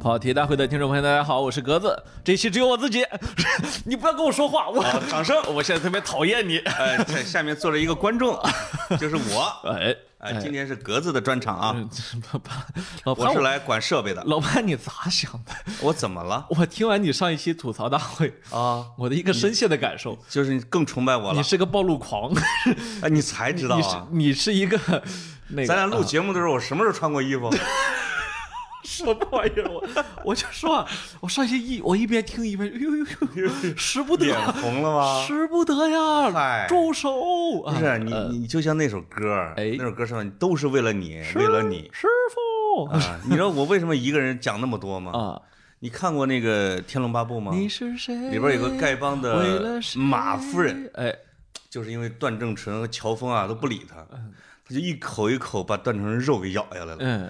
跑题大会的听众朋友，大家好，我是格子。这一期只有我自己， 你不要跟我说话，我、好哦掌声！我现在特别讨厌你。呃，这下面坐着一个 观众，就是我。哎，嗯啊，今天是格子的专场啊，老潘，老我潘，是来管设备的。老潘，你咋想的？ 我怎么了我听完你上一期吐槽大会，啊？我的一个深切的感受，就是你更崇拜我你了。是个暴露狂，哎，你才知道你是啊！你是一个那个。嗯咱俩 录啊节目的时候，我什么时候穿过衣服？什么玩意儿？我我就说啊，我上一期一我一边听一边，哎呦呦 呦，使不脸得，红了吗？使不得呀，嗨住手！啊不不是你，你就像那首歌，呃哎啊那首歌上都是为了你，为了你师傅 啊！你知道我为什么一个人讲那么多吗？啊，你看过那个《天龙八部》吗？你是谁？里边有个丐帮为的了谁马夫人，，哎，就是因为段正淳和乔峰啊都不理他，他就一口一口把段正淳肉给咬下来了。嗯，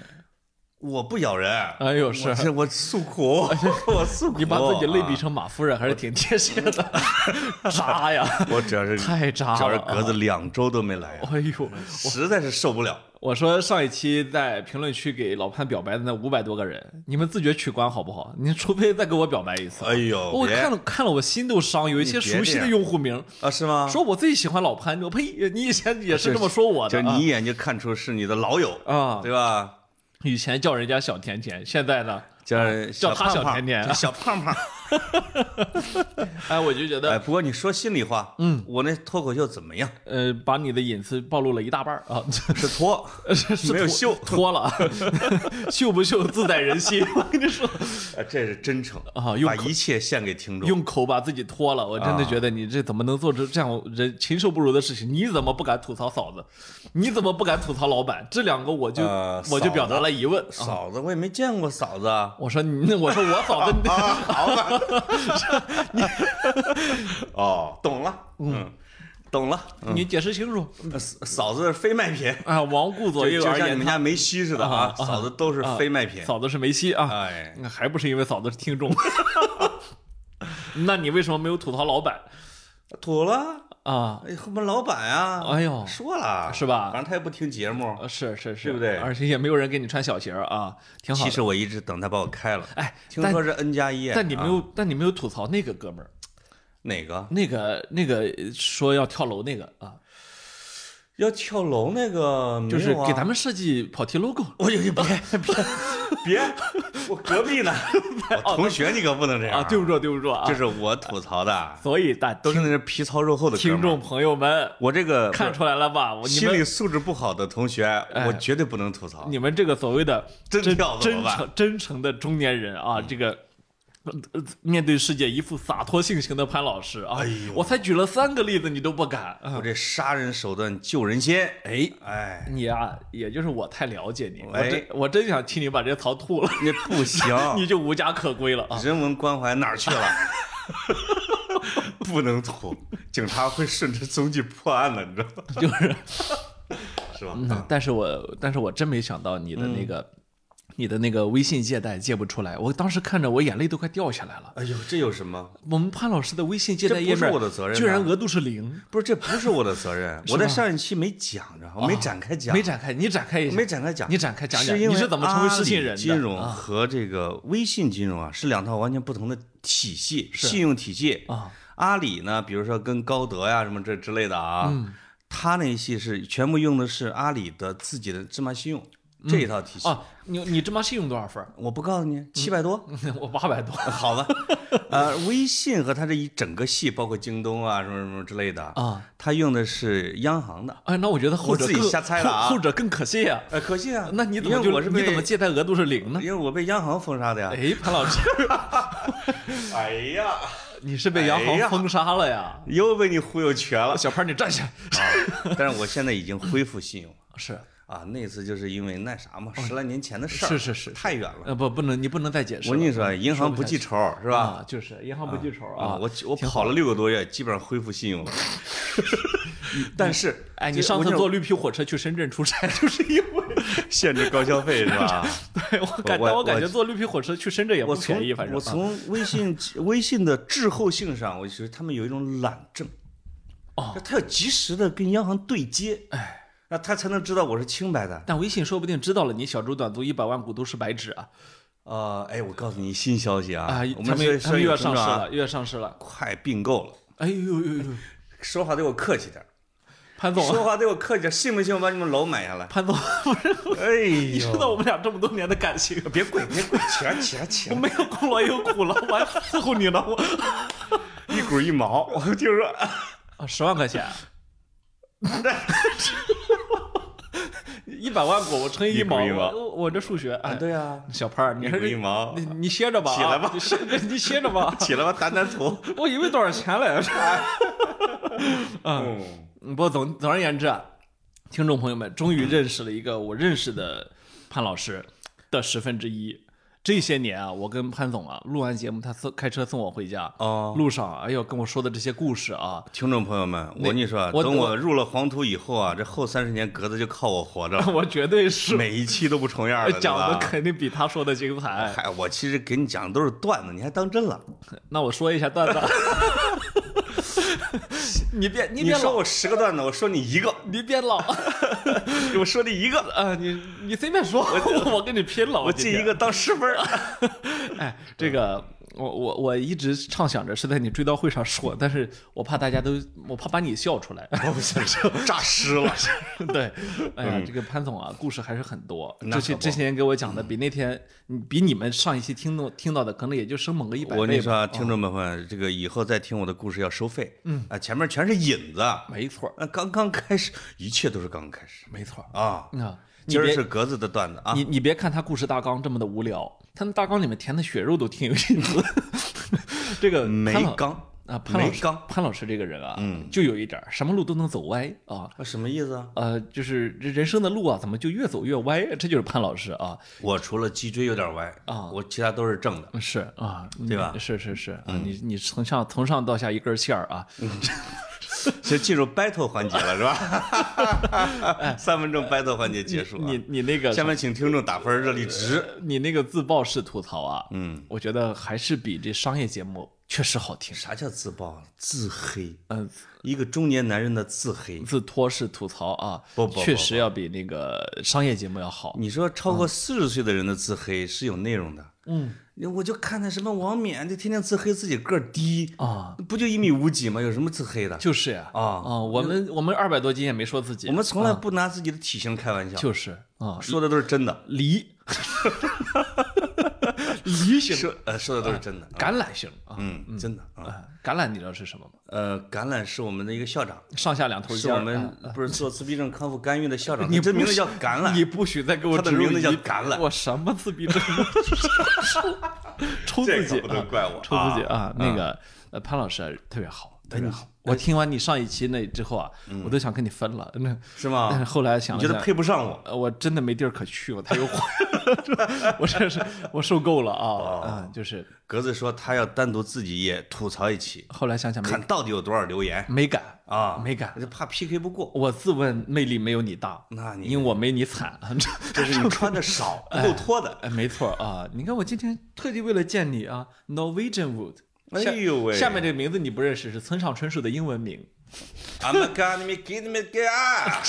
我不咬人，哎呦是哎我这我诉苦， 我诉苦。啊你把自己类比，成马夫人，还是挺贴切的， 渣呀，我主要是主太渣要是了，格子。两周都没来啊，哎呦，实在是受不了。我说上一期在评论区给老潘表白的那五百多个人，你们自觉取关好不好？你除非再给我表白一次。哎呦，哦我别看了看了，我心都伤。有一些你别熟悉这的样用户名啊，是吗？说我最喜欢老潘，我呸！你以前也是这么说我就的是啊你一眼就看出是你的老友，啊！对吧？以前叫人家小甜甜，现在呢？叫啊叫他小胖胖甜甜叫小 胖胖。哎，我就觉哎，得，不过你说心里话，嗯，我那脱口秀怎么样？呃，把你的隐私暴露了一大半儿 啊，是脱，是没有脱秀脱 了，秀不秀自在人心。我跟你说，啊，这是真诚啊用把口一切献给听众。用口把自己脱了，我真的啊觉得你这怎么能做出这样人禽兽不如的事情？你怎么不敢吐槽嫂子？你怎么不敢吐槽老板？这两个我就呃我就表达嫂子了疑问。啊嫂子，我也没见过嫂子啊。我说你，我说我嫂子，你啊，好吧， 你哦，懂了，嗯，懂了。你解释清楚嫂嫂子是非卖品，啊！王顾左嗯就右就而像你言们他，家梅西似的啊啊，啊嫂子都是非卖品。嫂子是梅西啊，哎，那还不是因为嫂子是听众？ 那你为什么没有吐槽老板妥了，啊？哎我们老板啊，哎呦说了是吧反正他也不听节目。呃是是是，对不对而且也没有人给你穿小鞋儿啊，挺好其的。实我一直等他把我开了，哎，听但说是 N 加一，但你没啊有，但你没有吐槽那个哥们儿，哪个那个那个说要跳楼那个啊，要跳楼那个，啊就是给咱们。们设计跑题 logo。我有 别别别，我隔壁呢， 我同学你可不能这样啊，对不住，对不住啊！这是我吐槽的，所以大都是那些皮糙肉厚的哥听们儿众朋友们我这个看出来了吧？我你心理们哎素质不好的同学，我绝对不能吐槽。你们这个所谓的真真跳怎么真办嗯诚真诚的中年人啊，这个。呃面对世界一副洒脱性情的潘老师啊，哎呦我才举了三个例子，你都不敢。啊我这杀人手段救人心，哎，哎，你啊，也就是我太了解你，我哎真我真想替你把这槽吐了， 那不行，你就无家可归了 啊！人文关怀哪儿去了？ 不能吐，警察会顺着踪迹破案的，你知道吗？就是，是吧？啊嗯但是我但是我真没想到你的嗯那个，你的那个微信借贷借不出来，我当时看着我眼泪都快掉下来了。哎呦，这有什么？我们潘老师的微信借这贷不页是面，我的责任啊居然呐额度是零，不是，这不是我的 责任，我在上一期没讲着，我没展开讲，啊没展开，你展开一下，没展开讲，你展开讲讲，是因为你是怎么成为失信阿人里金的？啊融和这个微信金融啊，是两套完全不同的体系，信用体系啊。阿里呢，比如说跟高德呀、什么这之类的啊，嗯它那一系是全部用的是阿里的自己的芝麻信用这一套体系。啊，嗯你你芝麻信用多少分儿？ 我不告诉你，七百多，我八百 多好吧？呃，微信和它这一整个系，包括京东啊什么什么之类的，啊！它用的是央行的。哎，那我觉得后我者自己更瞎猜的啊后后者更可信啊。呃，可惜啊，那你怎么因为就我是你怎么被借贷额度是零呢？因为我被央行封杀的呀。哎，潘老师，哎呀。你是被洋哎呀行封杀了呀？又被你忽悠瘸 了。小潘，你站起来。啊但是我现在已经恢复信用了是，啊！那次就是因为那啥嘛，十来年前的事哦儿，是是是太远了。呃，不，不能，你不能再解释了。我跟你说，啊银行不记仇仇是吧？啊，就是银行不记仇啊。啊，我我跑了六个多月，基本上恢复信 用了。但是，哎，你就上我次那坐绿皮火车去深圳出差， 就是因为， 限制高消费是 吧？对我感我我感觉我坐绿皮火车去深圳也不我从便宜，反正啊我从微信 微信的滞后性上，我就觉得他们有一种懒政，哦，他要及时的跟央行对接，哎，那他才能知道我是清白的。但微信说不定知道了你小猪短租一百万股东是白纸啊，呃，哎，我告诉你新消息啊，啊，我他们们是他们又要上市市了，，又要上市了。快并购了，哎呦呦呦呦，说话对我客气点儿，潘总说啊，话对我客气点儿，信不信我把你们楼买下来？潘总， 不是，哎你知道呦，我们俩这么多年的感情， 别跪，别跪，起来，起来，起我来，没有功劳也有苦劳，我还伺候你呢，我一股一毛，我就说，啊，十万块钱，一百万股我乘以一毛，股一毛我我这数学，哎，对啊，小潘儿，你还一股是一毛你你歇着吧啊，起来吧，你歇着，你歇着吧 起来吧，谈谈图，我以为多少 钱来着？嗯， 嗯不，总总而言之啊，听众朋友们终于认识了一个我认识的潘老师的十分之一。这些年啊，我跟潘总啊录完节目，他送开车送我回家，哦，路上哎呦跟我说的这些故事啊， 听众朋友们，我跟你说啊，我等我我入了黄土以后啊，这后三十年格子就靠我活 着了，我绝对是每一期都不重样了，对哎讲的吧？肯定比他说的精彩。嗨，我其实给你讲的都是段子，你还当真了？那我说一下段 子，你别你你别说老我十个段子，我说你一 个，你别老 我说你一个，啊，你你随便说， 我我跟你拼了，我今进天一个当十分儿。哎，这个我我我一直畅想着是在你追悼会上说，但是我怕大家都，我怕把你笑出来。 我不想说，诈尸了。对，哎呀，这个潘总啊，故事还是很多。嗯那这可些不嗯这些人给我讲的，比那天你比你们上一期听到听到的，可能也就生猛个一百我跟倍你吧。说啊，听众们们，这个以后再听我的故事要收费。嗯啊，前面全是引子，没错儿，那刚刚开始，一切都是刚刚开始没错儿啊。啊！你今儿别是格子的段子啊，你你别看他故事大纲这么的无聊，他那大纲里面填的血肉都挺有意思。这个没潘老刚 啊，潘老没师刚，嗯潘老师这个人啊，就有一点儿什么路都能走歪啊。啊什么意思啊？呃，就是人人生的路啊，怎么就越走越歪？这就是潘老师啊，我除了脊椎有点歪啊我其他嗯都是正的。是啊，对吧嗯你是是是啊，你你从上从上到下一根线儿啊，就进入 battle 环节了，是吧？三分钟 battle 环节结束啊。你你那个下面请听众打分，热力值。你那个自曝式吐槽啊，嗯，我觉得还是比这商业节目确实好听。啥叫自爆啊？自黑，嗯，一个中年男人的自黑。自托式吐槽啊，不不不确实要比那个商业节目要好。你说超过四十岁的人的自黑是有内容的。嗯我就看那什么王冕，就天天自黑自己个儿低，啊，不就一米五几吗？有什么自黑的？就是呀啊我们我们二百多斤也没说自己，我们从来不拿自己的体型开玩笑，啊就是啊，说的都是真的。梨梨型说呃说的都是真的，橄榄型啊，嗯，真的啊。啊橄榄你知道是什么吗？呃，橄榄是我们的一个校长，上下两头是尖儿我们啊不是做自闭症康复干预的校 长，你他这不名字是叫橄 榄，你不许再给我他的植入名字叫一橄榄我什么自闭症？ 抽这自己可不能啊怪我抽自己啊哎啊！那个呃，潘老师特别好，特别好。我听完你上一期那之后啊，我都想跟你分了。那 是但是吗？后来哎想嗯啊你了觉想，得配不上我？呃，我真的没地儿可去，我太有火， 我这是我受够了哦啊！嗯，就是格子说他要单独自己也吐槽一期，后来想想没看到底有多少留言没敢，啊？没敢我。就怕 PK 不过。我自问魅力没有你大，那你因为我没你惨。 这是你穿的少，不够脱的。 哎，没错啊！你看，我今天特地为了见你啊，Norwegian Wood。哎下呦喂下面这个名字你不认识，是村上春树的英文名， I'm gonna make it, make it up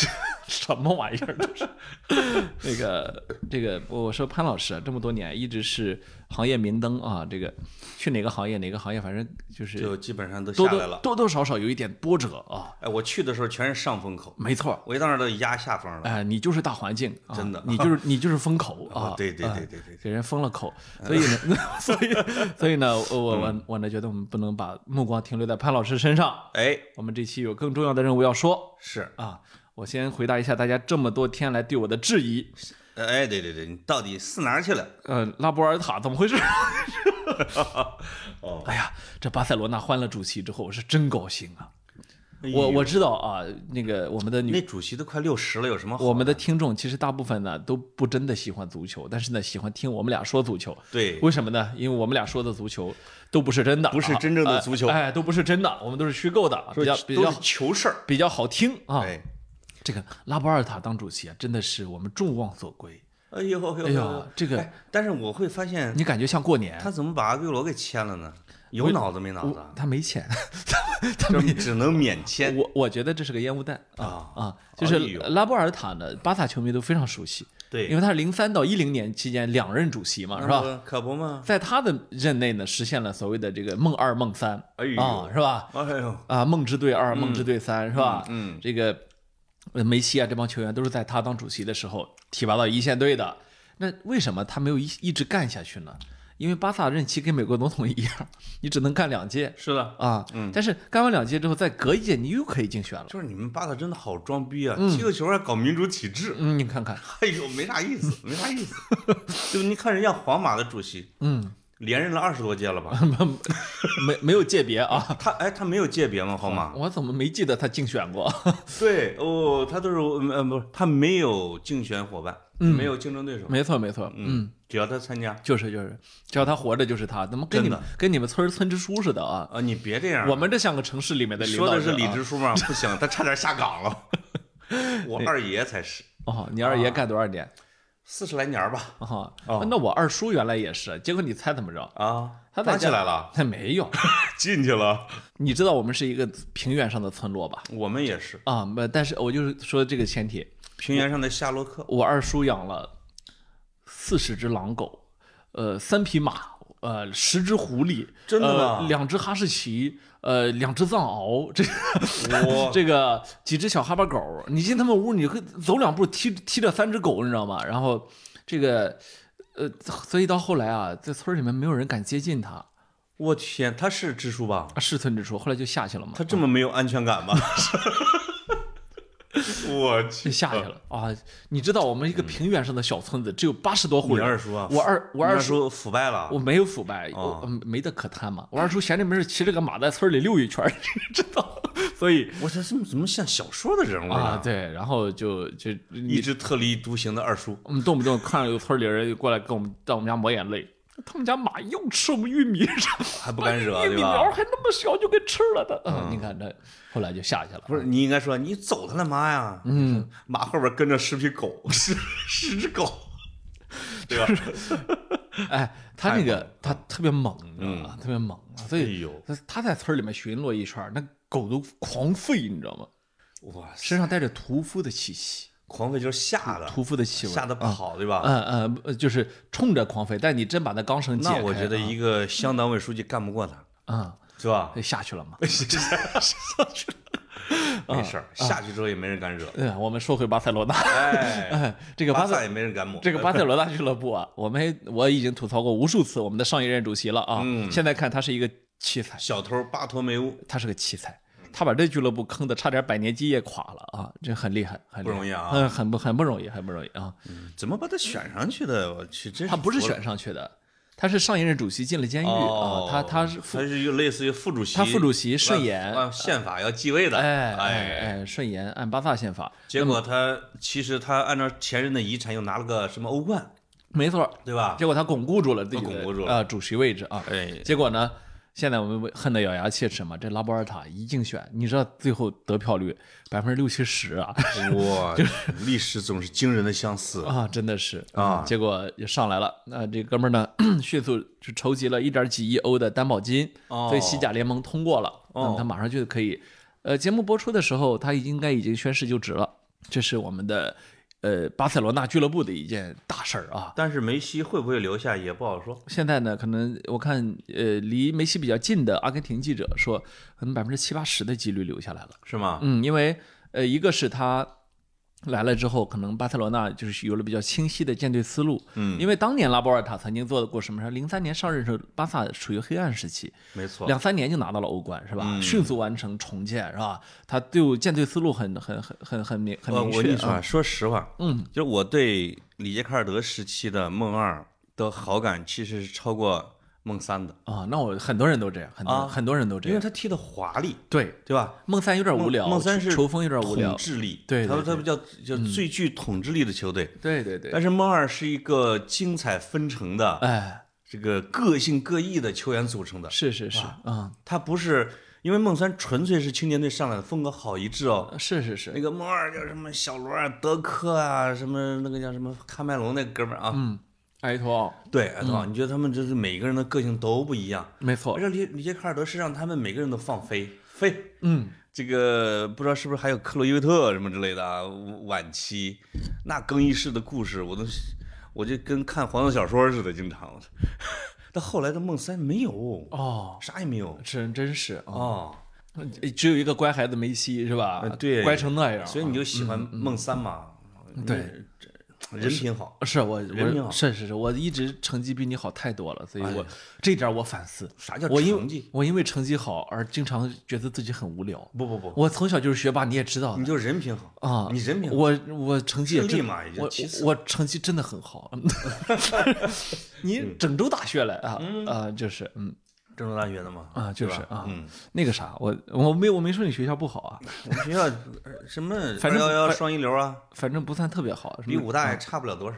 什么玩意儿？这是 那个这个，我我说潘老师啊，这么多年一直是行业明灯啊，这个去哪个行业哪个行业，反正就是就基本上都多下来多了。多多少少有一点波折啊，哎，我去的时候全是上风口，没错。我一到那儿都压下风了。哎、你就是大环境，啊真的你就是你就是封口啊哦，对对啊对对对对给人封了口，所以 呢，所以所以呢，我我嗯我我呢觉得我们不能把目光停留在潘老师身上，哎，我们这期有更重要的任务要说是，啊。我先回答一下大家这么多天来对我的质疑，哎，对对对，你到底是哪儿去了？呃，拉波尔塔怎么回事？ 哦，哎呀，这巴塞罗那换了主席之后，我是真高兴啊！我我知道啊，那个我们的女哎那主席都快六十了，有什么好？我们的听众其实大部分呢都不真的喜欢足球，但是呢喜欢听我们俩说足球。对为什么呢？因为我们俩说的足球都不是真的，不是真正的啊足球哎，哎都不是真的，我们都是虚构的，比较比都较是求事儿。比较好听啊。哎，这个拉波尔塔当主席啊，真的是我们众望所归。哎呦，哎呀，这个哎，但是我会发现你感觉像过年，他怎么把阿圭罗给签了呢？有脑子没脑子啊？他没钱，他他就是只能免签我我觉得这是个烟雾弹啊啊！啊，就是哎呦拉波尔塔呢，巴萨球迷都非常熟悉，因对，嗯为他是零三到一零年期间两任主席嘛，是吧？那不？可不嘛，在他的任内呢，实现了所谓的这个“梦二”“梦三”哎呦啊，是吧？哎呦，啊，梦之队二、梦之队三，是吧？嗯，这个呃梅西啊，这帮球员都是在他当主席的时候提拔到一线队的。那为什么他没有一一直干下去呢？因为巴萨任期跟美国总统一样， 你只能干两届是的，啊。嗯。但是干完两届之后，再隔一届你又可以竞选了。就是你们巴萨真的好装逼啊！踢个球还搞民主体制， 嗯，你看看， 哎呦，没啥意思，没啥意思。 就你看人家皇马的主席，嗯，连任了二十多届 了吧？没没有界别 啊。他哎，他没有界别吗？皇马？我怎么没记得他竞选过？ 对哦，他都是呃不是，他没有竞选伙伴，没有竞争对手，没错，没错，嗯，只要他参加就是就是，只要他活着就是他，怎么跟真你的们跟你们村儿村支书似的啊？啊，你别这样，我们这像个城市里面的领导说的是者啊李支书吗？不行，他差点下岗了。我二爷才是哦，你二爷干多少年？四十来年儿吧？啊、啊哦那我二叔原来也是，结果你猜怎么着？啊，他在搬起家来了，他没有。进去了。 你知道我们是一个平原上的村落吧？我们也是啊，没，但是我就是说这个前提，平原上的夏洛克，我二叔养了四十只狼狗，呃，三匹马，呃，十只狐狸，真的呃吗两只哈士奇，呃，两只藏獒，这我 这个几只小哈巴狗，你进他们屋，你会走两步踢踢着三只狗，你知道吗？然后这个呃，所以到后来啊，在村里面没有人敢接近他，我天，他是支书吧？啊是村支书，后来就下去了嘛，他这么没有安 全感吗？ 我去，就下去了嗯啊！你知道我们一个平原上的小村子，只有八十多户你人，二叔啊，哦我二我你二二叔。叔腐败了我，没有腐败，我没得可贪嘛。我二叔闲着没事骑着个马在村里溜一圈儿，知道？所以我这怎么怎么像小说的人物啊，哎呀？对，然后就就一只特立独行的二叔，我们动不动看着有村里人就过来跟我们到我们家抹眼泪，他们家马又吃我们玉米， 哎还不敢惹，玉米对苗吧？还那么小就给吃了的。嗯，你看这后来就下去了。不是，你应该说你走他的妈呀！嗯，马后边跟着十匹狗，十十只狗，对吧？哎，他那个他特别猛，你知道吗？特别猛啊，所哎以呦，他他在村里面巡逻一圈儿，那狗都狂吠，你知道吗？哇塞，身上带着屠夫的气息，狂吠就是吓的，屠夫的气味。啊吓得跑，对吧？嗯嗯，呃就是冲着狂吠，但你真把那钢绳解开，那我觉得一个乡党委书记干不过他，啊，是吧？嗯下去 了嘛。没事儿，下去之后也没人敢惹，嗯，我们说回巴塞罗那，哎，啊哎这个巴巴塞萨也没人敢抹，这个巴塞罗那俱乐部啊，我们我已经吐槽过无数次我们的上一任主席了啊。嗯现在看他是一个奇才，小偷巴托梅乌他是个奇才，嗯他把这俱乐部坑的差点百年基业垮了啊，这很厉害，很厉害不容易啊嗯，很不很不容易，很不容易啊。怎么把他选上去的？我去，真他不是服了选上去的，他是上一任主席进了监狱啊哦，，他他是副他是一个类似于副主席，他副主席顺延按按宪法要继位的，哎哎哎。哎顺延按巴萨宪法，结果他其实他按照前任的遗产又拿了个什么欧冠，没错，对吧？结果他巩固住了自己的巩固住了啊主席位置啊。哎，结果呢，现在我们恨得咬牙切齿嘛。这拉波尔塔一竞选，你知道最后得票率百分之六七十啊 哇， 历史总是惊人的相似。啊，真的是啊嗯结果也上来了，那、这哥们儿呢， 迅速就筹集了一点几亿欧的担保金，哦所以西甲联盟通过了，那么他马上就可以。呃，节目播出的时候，他应该已经宣誓就职了。这是我们的呃巴塞罗那俱乐部的一件大事儿啊。但是梅西会不会留下也不好说。现在呢，可能我看，呃，离梅西比较近的阿根廷记者说，可能百分之七八十的几率留下来了。是吗？嗯，因为呃，一个是他来了之后，可能巴塞罗那就是有了比较清晰的建队思路。嗯，因为当年拉波尔塔曾经做过什么事？零三年上任的时候，巴萨处于黑暗时期，没错，两三年就拿到了欧冠，是吧？嗯迅速完成重建，是吧？他对建队思路很很很很很明很呃，明我跟确你。说啊，说实话，嗯，就是我对里杰卡尔德时期的梦二的好感，其实是超过梦三的，啊，那我很多人都这样，很多、啊很多人都这因为样。他踢的华丽，对，对吧？梦三有点无聊，梦三是球风有点无聊统，治力，对对他对嗯他们叫叫最具统治力的球队。对对对，但是梦二是一个精彩纷呈的，哎，这个个性各异的球员组成的，是是是，嗯，他不是因为梦三纯粹是青年队上来的，风格好一致哦。是是那是，个梦二叫什么小罗啊、德科啊，什么那个叫什么喀麦隆那哥们儿啊，嗯埃托奥，对，哎对吧？你觉得他们就是每个人的个性都不一样，没错而，且里里杰卡尔德是让他们每个人都放飞飞，嗯，这个不知道是不是还有克洛伊维特什么之类的啊，晚期那更衣室的故事，我都我就跟看黄色小说似的，经常。 到后来的梦三没有，哦，啥也没有是真是啊，哦，哎只有一个乖孩子梅西是吧？呃对乖成那样啊，所以你就喜欢梦三嘛？对这，人品好，是我人品我好是是是，我一直成绩比你好太多了，所以我哎这点我反思。啥叫我因成绩？我因为成绩好而经常觉得自己很无聊。不不不，我从小就是学霸，你也知道你的就人品好啊。你人品好，我我成绩也智真力嘛也就我其次我成绩真的很 好。 嗯你郑州大学来啊啊，就是嗯郑州大学的嘛啊就是对吧啊嗯，那个啥，我我没有我没说你学校不好啊，我们学校呃什么 反嗯正二幺幺双一流啊，反正不算特别好。什么比武大也差不了 多少。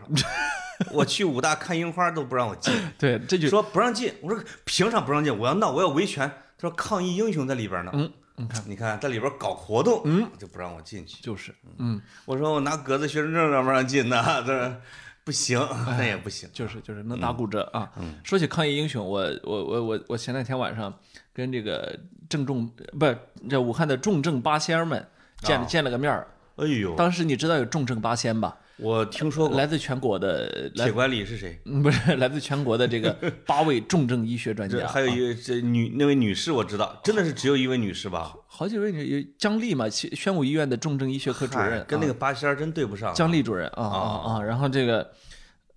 我去武大看樱花都不让我进，对这就说不让进，我说凭啥不让进？我要闹，我要维权。他说抗议英雄在里边呢，嗯你看你看在里边搞活动，嗯，就不让我进去。就是嗯我说我拿格子学生证让不让进呢？他说不行，哎那也不行。就是就是能嗯打骨折啊。说起抗疫英雄，我我我我我前两天晚上跟这个正中不这武汉的重症八仙儿们见、啊见了个面儿。哎呦，当时你知道有重症八仙吧？我听说过来自全国的，来铁拐李是谁？嗯不是来自全国的这 个八位重症医学专这家，还有一位这女那位女士我知道，真的是只有一位女士吧？好几位女有姜丽嘛，宣宣武医院的重症医学科主任嗨，跟啊那个八仙儿真对不上。姜丽主任啊啊啊，然后这个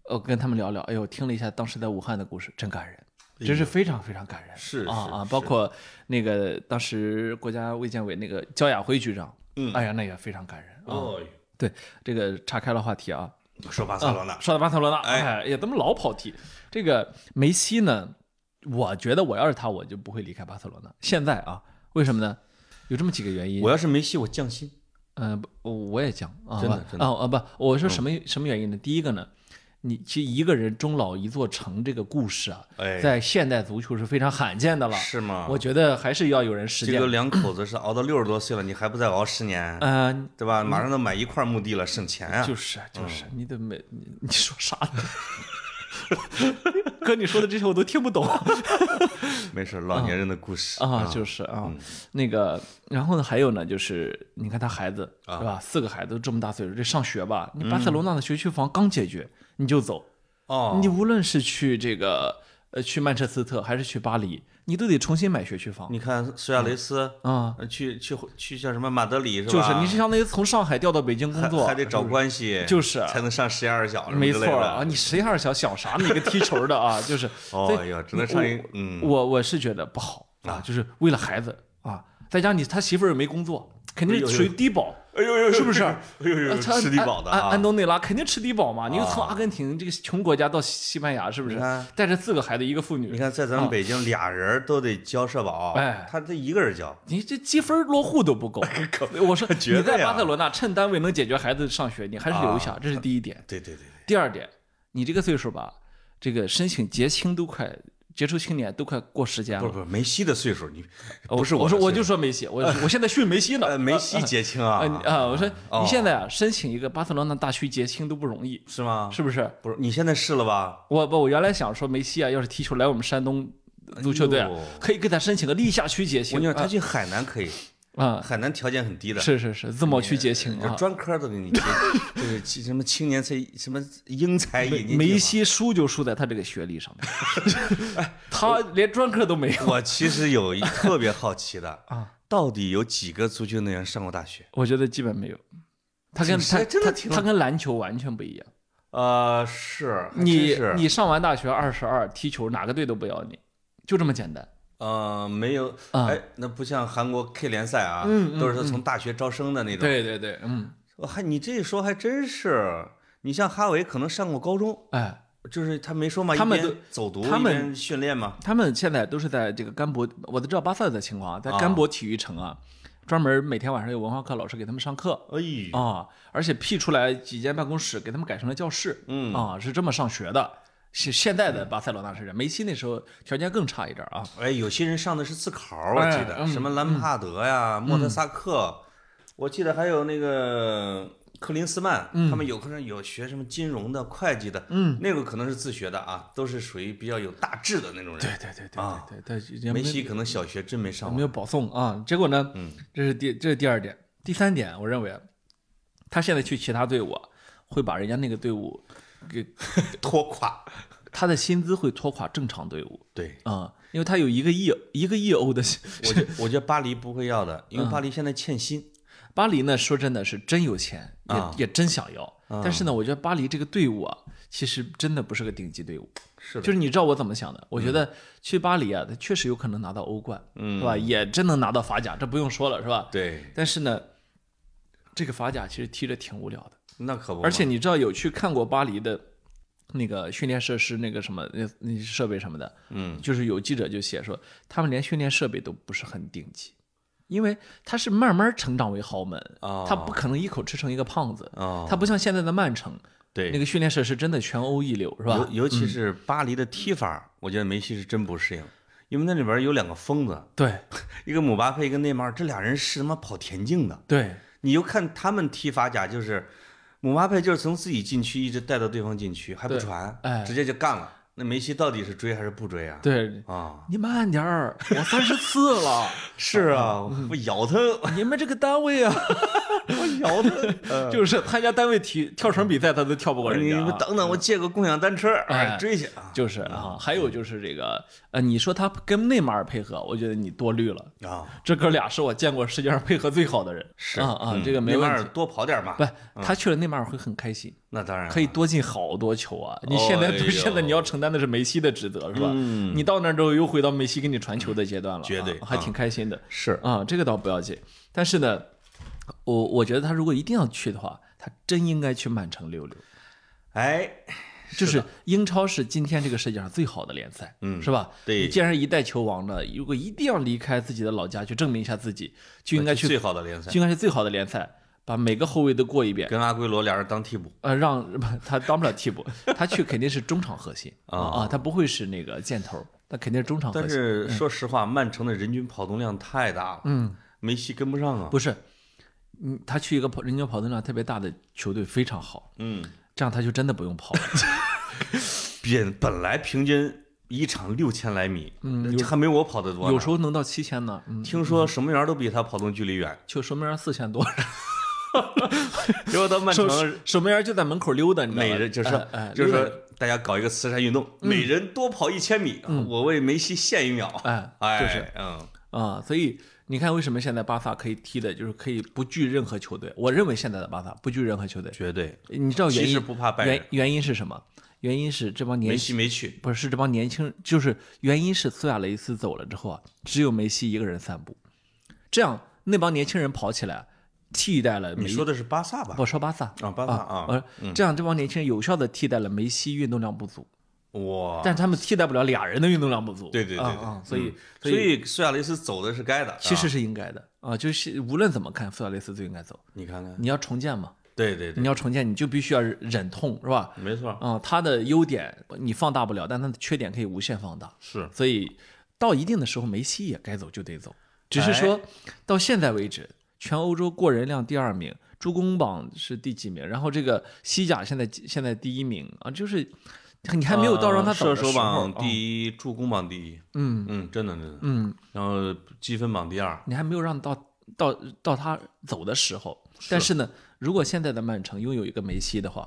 我跟他们聊聊，哎呦，听了一下当时在武汉的故事，真感人。真是非常非常感人，哎是啊是啊！是包括那个当时国家卫健委那个焦亚辉局长，嗯哎呀，那也非常感人啊。哦，对，这个岔开了话题啊，说巴塞罗那啊，说到巴塞罗那，哎哎呀，咱们老跑题。这个梅西呢，我觉得我要是他，我就不会离开巴塞罗那。现在啊，为什么呢？有这么几个原因我。要是没戏，我降薪。嗯、不我也讲啊，真的不真的嗯啊啊不，我说什么、什么原因呢？第一个呢，你其实一个人终老一座城这个故事啊，哎在现代足球是非常罕见的了。是吗？我觉得还是要有人实这践个。两口子是熬到六十多岁了，你还不再熬十年，嗯、对吧？马上都买一块墓地了，省钱啊！就是就是，你怎么你你说啥呢？ 哥，你说的这些我都听不懂。啊没事，老年人的故事啊，就是啊，嗯那个，然后呢，还有呢，就是你看他孩子啊是吧？四个孩子都这么大岁数，这上学吧，嗯你巴塞罗那的学区房刚解决你就走，哦，你无论是去这个呃去曼彻斯特还是去巴黎，你都得重新买学区房你看苏亚雷斯，啊。呃去去去叫什么马德里是吧？就是你是相当于从上海调到北京工还作，还得找关系，就是才能上十一二小时，没错啊，。你十一二小想啥呢？你个踢球的 啊，就是，哦所以哎呀只能上一我嗯我我是觉得不好啊，就是为了孩子啊，再加上你他媳妇儿也没工作，肯定哎呦是呦属于低保，哎呦呦，是不是？ 哎呦呦，呃他吃低保的安安啊安！东内拉肯定吃低保嘛，你又从啊阿根廷这个穷国家到西班牙，是不是你看？带着四个孩子，一个妇你女，看，在咱们北京，俩人都得交社保，啊哎他这一个人交，你这积分落户都 不够。我说绝你在对啊巴塞罗那趁单位能解决孩子上学，你还是留下，这是第一点。对对对对，第二点，你这个岁数吧，这个申请结清都快杰出青年都快过时间不是了。不是，梅西的岁数，你哦不是我的说我岁就说梅 西，我我现在训梅西数呃呢。梅西结清啊呃啊，我说哦你现在啊申请一个巴塞罗那大区结清都不容易，是吗？是不是？不是，你现在是了吧？我不，我原来想说梅西啊，要是踢球来我们山东足球队啊哎呦，可以给他申请个立夏区结我清跟你说，他啊去海南可以， 啊，海南条件很低的，是是是，自贸区结清这啊。专科都给你结， 就是青什么青年才什么英才梅引进计划梅。西输就输在他这个学历上 面，他连专科都没有。我其实有一特别好奇 的啊，到底有几个足球运动员上过大学？我觉得基本没有。他跟是他哎真的他挺他跟篮球完全不一样。呃，是，还真你是你上完大学二十二踢球，哪个队都不要你，就这么简单。呃没有，啊哎，那不像韩国 K 联赛啊，嗯嗯都是从大学招生的那种。，对对对，嗯，我还你这一说还真是，你像哈维可能上过高中，哎，就是他没说嘛，他们一边都走读，他们一边训练嘛，他们现在都是在这个甘博，我都知道巴塞的情况啊，在甘博体育城啊，专门每天晚上有文化课老师给他们上课哎呦，啊，而且辟出来几间办公室给他们改成了教室，嗯啊，是这么上学的。是现在的巴塞罗那是这样，梅西那时候条件更差一点啊，哎，有些人上的是自考儿，我哎记得、嗯什么兰帕德呀、莫德萨克，我记得还有那个克林斯曼，嗯他们有可能有学什么金融的、会计的，嗯，那个可能是自学的啊，都是属于比较有大志的那种对对人。对啊对对对，也没梅西可能小学真没上没过，有保送啊。结果呢，这是第这是第二点，第三点，我认为他现在去其他队伍啊，会把人家那个队伍给拖垮。他的薪资会拖垮正常队伍对，啊、因为他有一个亿一个亿欧的薪。我觉我觉得巴黎不会要的，嗯因为巴黎现在欠薪。巴黎呢，说真的是真有钱，也、啊也真想要。但是呢，我觉得巴黎这个队伍啊，其实真的不是个顶级队伍。是就是你知道我怎么想的？我觉得去巴黎啊，他确实有可能拿到欧冠，嗯是吧？也真能拿到法甲，这不用说了，是吧？对，但是呢，这个法甲其实踢着挺无聊的。那可不嘛。而且你知道有去看过巴黎的那个训练设施、那个什么、那那设备什么的，嗯，就是有记者就写说，他们连训练设备都不是很顶级，因为他是慢慢成长为豪门，哦他不可能一口吃成一个胖子，哦，他不像现在的曼城，对那个训练设施真的全欧一流，是吧嗯尤？尤其是巴黎的踢法，我觉得梅西是真不适应，因为那里边有两个疯子，对一个姆巴佩，一个内马尔，这俩人是他妈跑田径的。对你就看他们踢法甲，就是姆巴佩就是从自己禁区一直带到对方禁区，还不对传，哎直接就干了。那梅西到底是追还是不追啊？对，啊， 你慢点儿，我三十四 了，是啊，嗯我咬 他，你们这个单位啊，我咬他。就是参加单位体跳绳比赛，他都跳 不过人嗯呃你家、啊。们等等，我借个共享单车，哎追去啊！就是啊，还有就是这个，呃，你说他跟内马尔配合，我觉得你多虑了。啊，这哥俩是我见过世界上配合最好的人，是啊啊，嗯这个没内马问尔嗯题。多跑点嘛不。，他去了内马尔会很开心，那当然了可以多进好多球啊！你哦现在哎呦现在你要承担的是梅西的职责是吧？嗯你到那儿之后又回到梅西给你传球的阶段了，绝对嗯啊还挺开心的是啊。这个倒不要紧，但是呢，我我觉得他如果一定要去的话，他真应该去曼城溜溜。哎，就是英超是今天这个世界上最好的联赛，嗯是吧？对你既然是一代球王了，如果一定要离开自己的老家去证明一下自己，就应该去，最好的联赛就，应该是最好的联赛，把每个后卫都过一遍。跟阿圭罗俩人当替补。呃，让 他当不了替补，他去肯定是中场核心啊啊，他不会是那个箭头，他肯定是中场核但心。是说实话，曼城的人均跑动量太大了，嗯，梅西跟不上啊。不是，嗯，他去一个跑人家跑动量特别大的球队非常好，嗯，这样他就真的不用跑了。 本本来平均一场六千来米，嗯还没我跑得多呢。有时候能到七千呢，嗯，听说守门员都比他跑动距离远，就守门员四千多，结果到曼守城守门员就在门口溜达，你知道吗每人就是哎嗯哎就是溜达说大家搞一个慈善运动，每人多跑一千米，我为梅西献一秒。嗯哎 哎，就是嗯，啊、所以你看，为什么现在巴萨可以踢的，就是可以不惧任何球队？我认为现在的巴萨不惧任何球队，绝对。你知道原其实因不怕拜原仁，原因是什么？原因是这帮梅年西没去。不是是这帮年轻人，就是原因是苏亚雷斯走了之后啊，只有梅西一个人散步，这样那帮年轻人跑起来，替代了梅你说的是巴萨吧？我说巴萨啊，巴萨啊，呃，这样这帮年轻人有效的替代了梅西运动量不足，哇！但他们替代不了俩人的运动量不足，对对对啊对啊，所以所以苏亚雷斯走的是该的。其实啊是应该的啊，就是无论怎么看，苏亚雷斯都应该走。你看看，你要重建嘛，对对对，你要重建，你就必须要忍痛，是吧？没错，啊、他的优点你放大不了，但他的缺点可以无限放大。是所以到一定的时候，梅西也该走就得走。只哎是说、到现在为止，全欧洲过人量第二名，助攻榜是第几名？然后这个西甲现在现在第一名啊，就是你还没有到让他走呃射的时候。手榜啊第一，助攻榜第一，嗯嗯，真的真的，嗯，然后积分榜第二，你还没有让到到到他走的时候。但是呢，如果现在的曼城拥有一个梅西的话，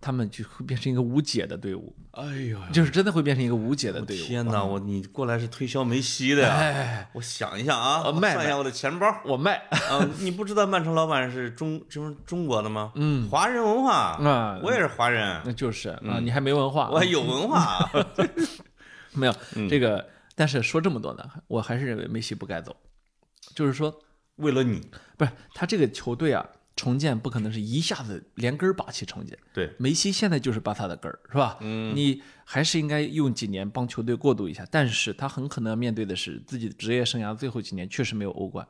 他们就会变成一个无解的队伍，哎呦，就是真的会变成一个无解的队伍。哎天哪，嗯我啊你过来是推销梅西的呀？我想一下啊，呃我卖。算一下我的钱包我卖啊，你不知道曼城老板是中中中国的吗？嗯，华人文化，啊，我也是华人，那就是啊，你还没文化，我有文化。啊没有嗯这个。但是说这么多呢，我还是认为梅西不该走，就是说， 为了你，不是他这个球队啊，重建不可能是一下子连根儿拔起重建。对，梅西现在就是巴萨的根儿，是吧？嗯，你还是应该用几年帮球队过渡一下，但是他很可能要面对的是自己的职业生涯最后几年确实没有欧冠，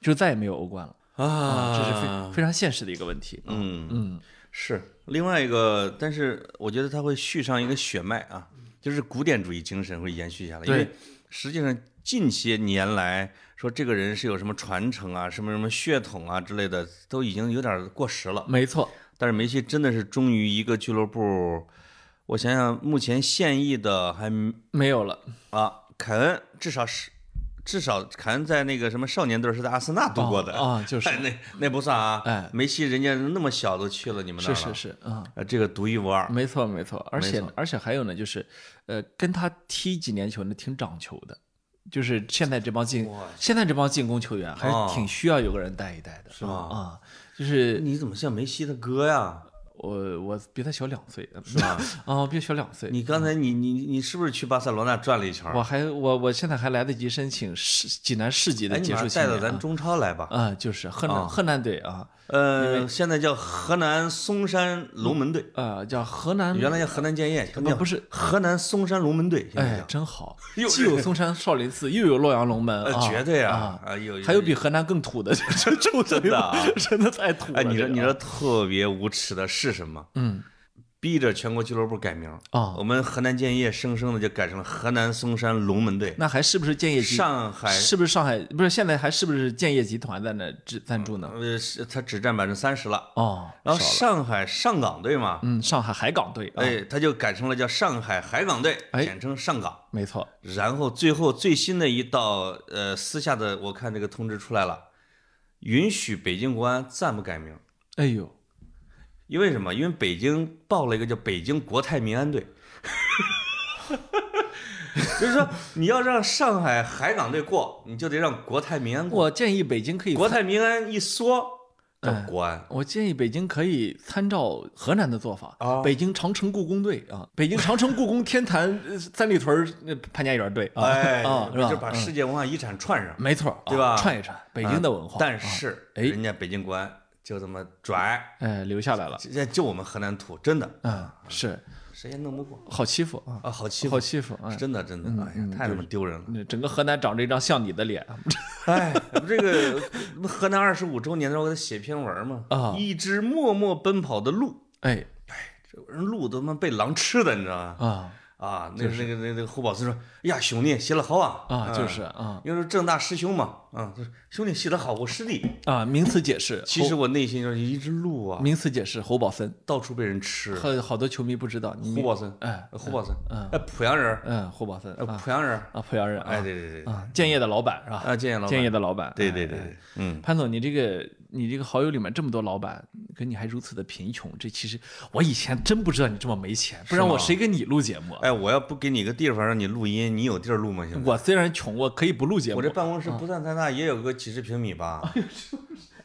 就再也没有欧冠了啊这是非非常现实的一个问题。嗯，嗯嗯，是另外一个，但是我觉得它会续上一个血脉啊，就是古典主义精神会延续下来，因对为实际上近些年来说这个人是有什么传承啊、什么什么血统啊之类的，都已经有点过时了。没错，但是梅西真的是忠于一个俱乐部，我想想，目前现役的还没有了。啊，凯恩至少是至少凯恩在那个什么少年队是在阿森纳度过的啊啊就是 哎那那不算啊，哎梅西人家那么小都去了你们那儿是了，是是，嗯，呃，这个独一无二，没错没错，而且没错而且还有呢，就是呃，跟他踢几年球呢，挺长球的，就是现在这帮进哇哦现在这帮进攻球员还是挺需要有个人带一带的，是吗啊，就是你怎么像梅西的哥呀？我我比他小两岁，是吧？ 啊，我比他小两岁。你刚才你你你是不是去巴塞罗那转了一圈儿？我还我我现在还来得及申请市济南市级哎，的你结把束它青带到年咱哦啊，中超来吧。啊，就是河南河南队啊，呃，现在叫河南嵩山龙门队，呃，叫河南，原来叫河南建业，现在不叫啊不是，河南嵩山龙门队，现在哎叫，真好， 又既有嵩山少林寺，又有洛阳龙门，呃啊绝对啊啊，啊有还有比河南更土的， 这这真的啊 真的啊太土了。哎，你这说个你说，特别无耻的是什么？嗯逼着全国俱乐部改名啊我们河南建业生生的就改成了河南嵩山龙门队，那还是不是建业集？上海是不是上海？不是现在还是不是建业集团在那支赞助呢？呃是它只占百分之三十了，哦，然后少了上海上港队嘛，嗯，上海海港队，啊，哎，它就改成了叫上海海港队，哎简称上港。没错，然后最后最新的一道呃私下的，我看这个通知出来了，允许北京国安暂不改名，哎呦，因为什么？因为北京报了一个叫北京国泰民安队， 就是说你要让上海海港队过，你就得让国泰民安过。我建议北京可以国泰民安一缩叫哎国安，我建议北京可以参照河南的做法，啊北京长城故宫队啊，北京长城故宫天坛呃三里屯儿呃潘家园队啊，哎，啊是吧？就把世界文化遗产串上，没错儿，对啊吧嗯串一串北京的文化，但啊是哎人家北京国安就这么拽，哎留下来了，这就我们河南土，真的嗯，是谁也弄不过好欺负啊，啊，好欺负好。欺负啊，哎真的真的，哎呀，太他妈丢人了！那整个河南长着一张像你的脸， 哎，这个河南二十五周年的时候，我给他写篇文嘛，啊一只默默奔跑的鹿，哎这人鹿都他妈被狼吃的，你知道吗？啊啊，那个那个那个那个侯宝森说，哎呀，兄弟写得好啊，啊嗯就是啊因为是正大师兄嘛，啊，就是兄弟写得好，我师弟。啊，名词解释，其实我内心就是一只鹿侯啊，名词解释侯宝森，到处被人吃。好好多球迷不知道，你侯宝森，哎呃，侯宝森，哎，濮阳人，嗯侯宝森呃，啊濮阳人，啊濮阳人啊哎，对对对对，啊建业的老板是吧？啊，建业老建板，业的老板，对哎对对，对，嗯，潘总，你这个你这个好友里面这么多老板，可你还如此的贫穷，这其实我以前真不知道你这么没钱，不然吗我谁跟你录节目啊？哎，我要不给你个地方让你录音，你有地儿录吗？现在？我虽然穷，哎我可嗯以不啊哎录节目。我这办公室不算太大，也有个几十平米吧。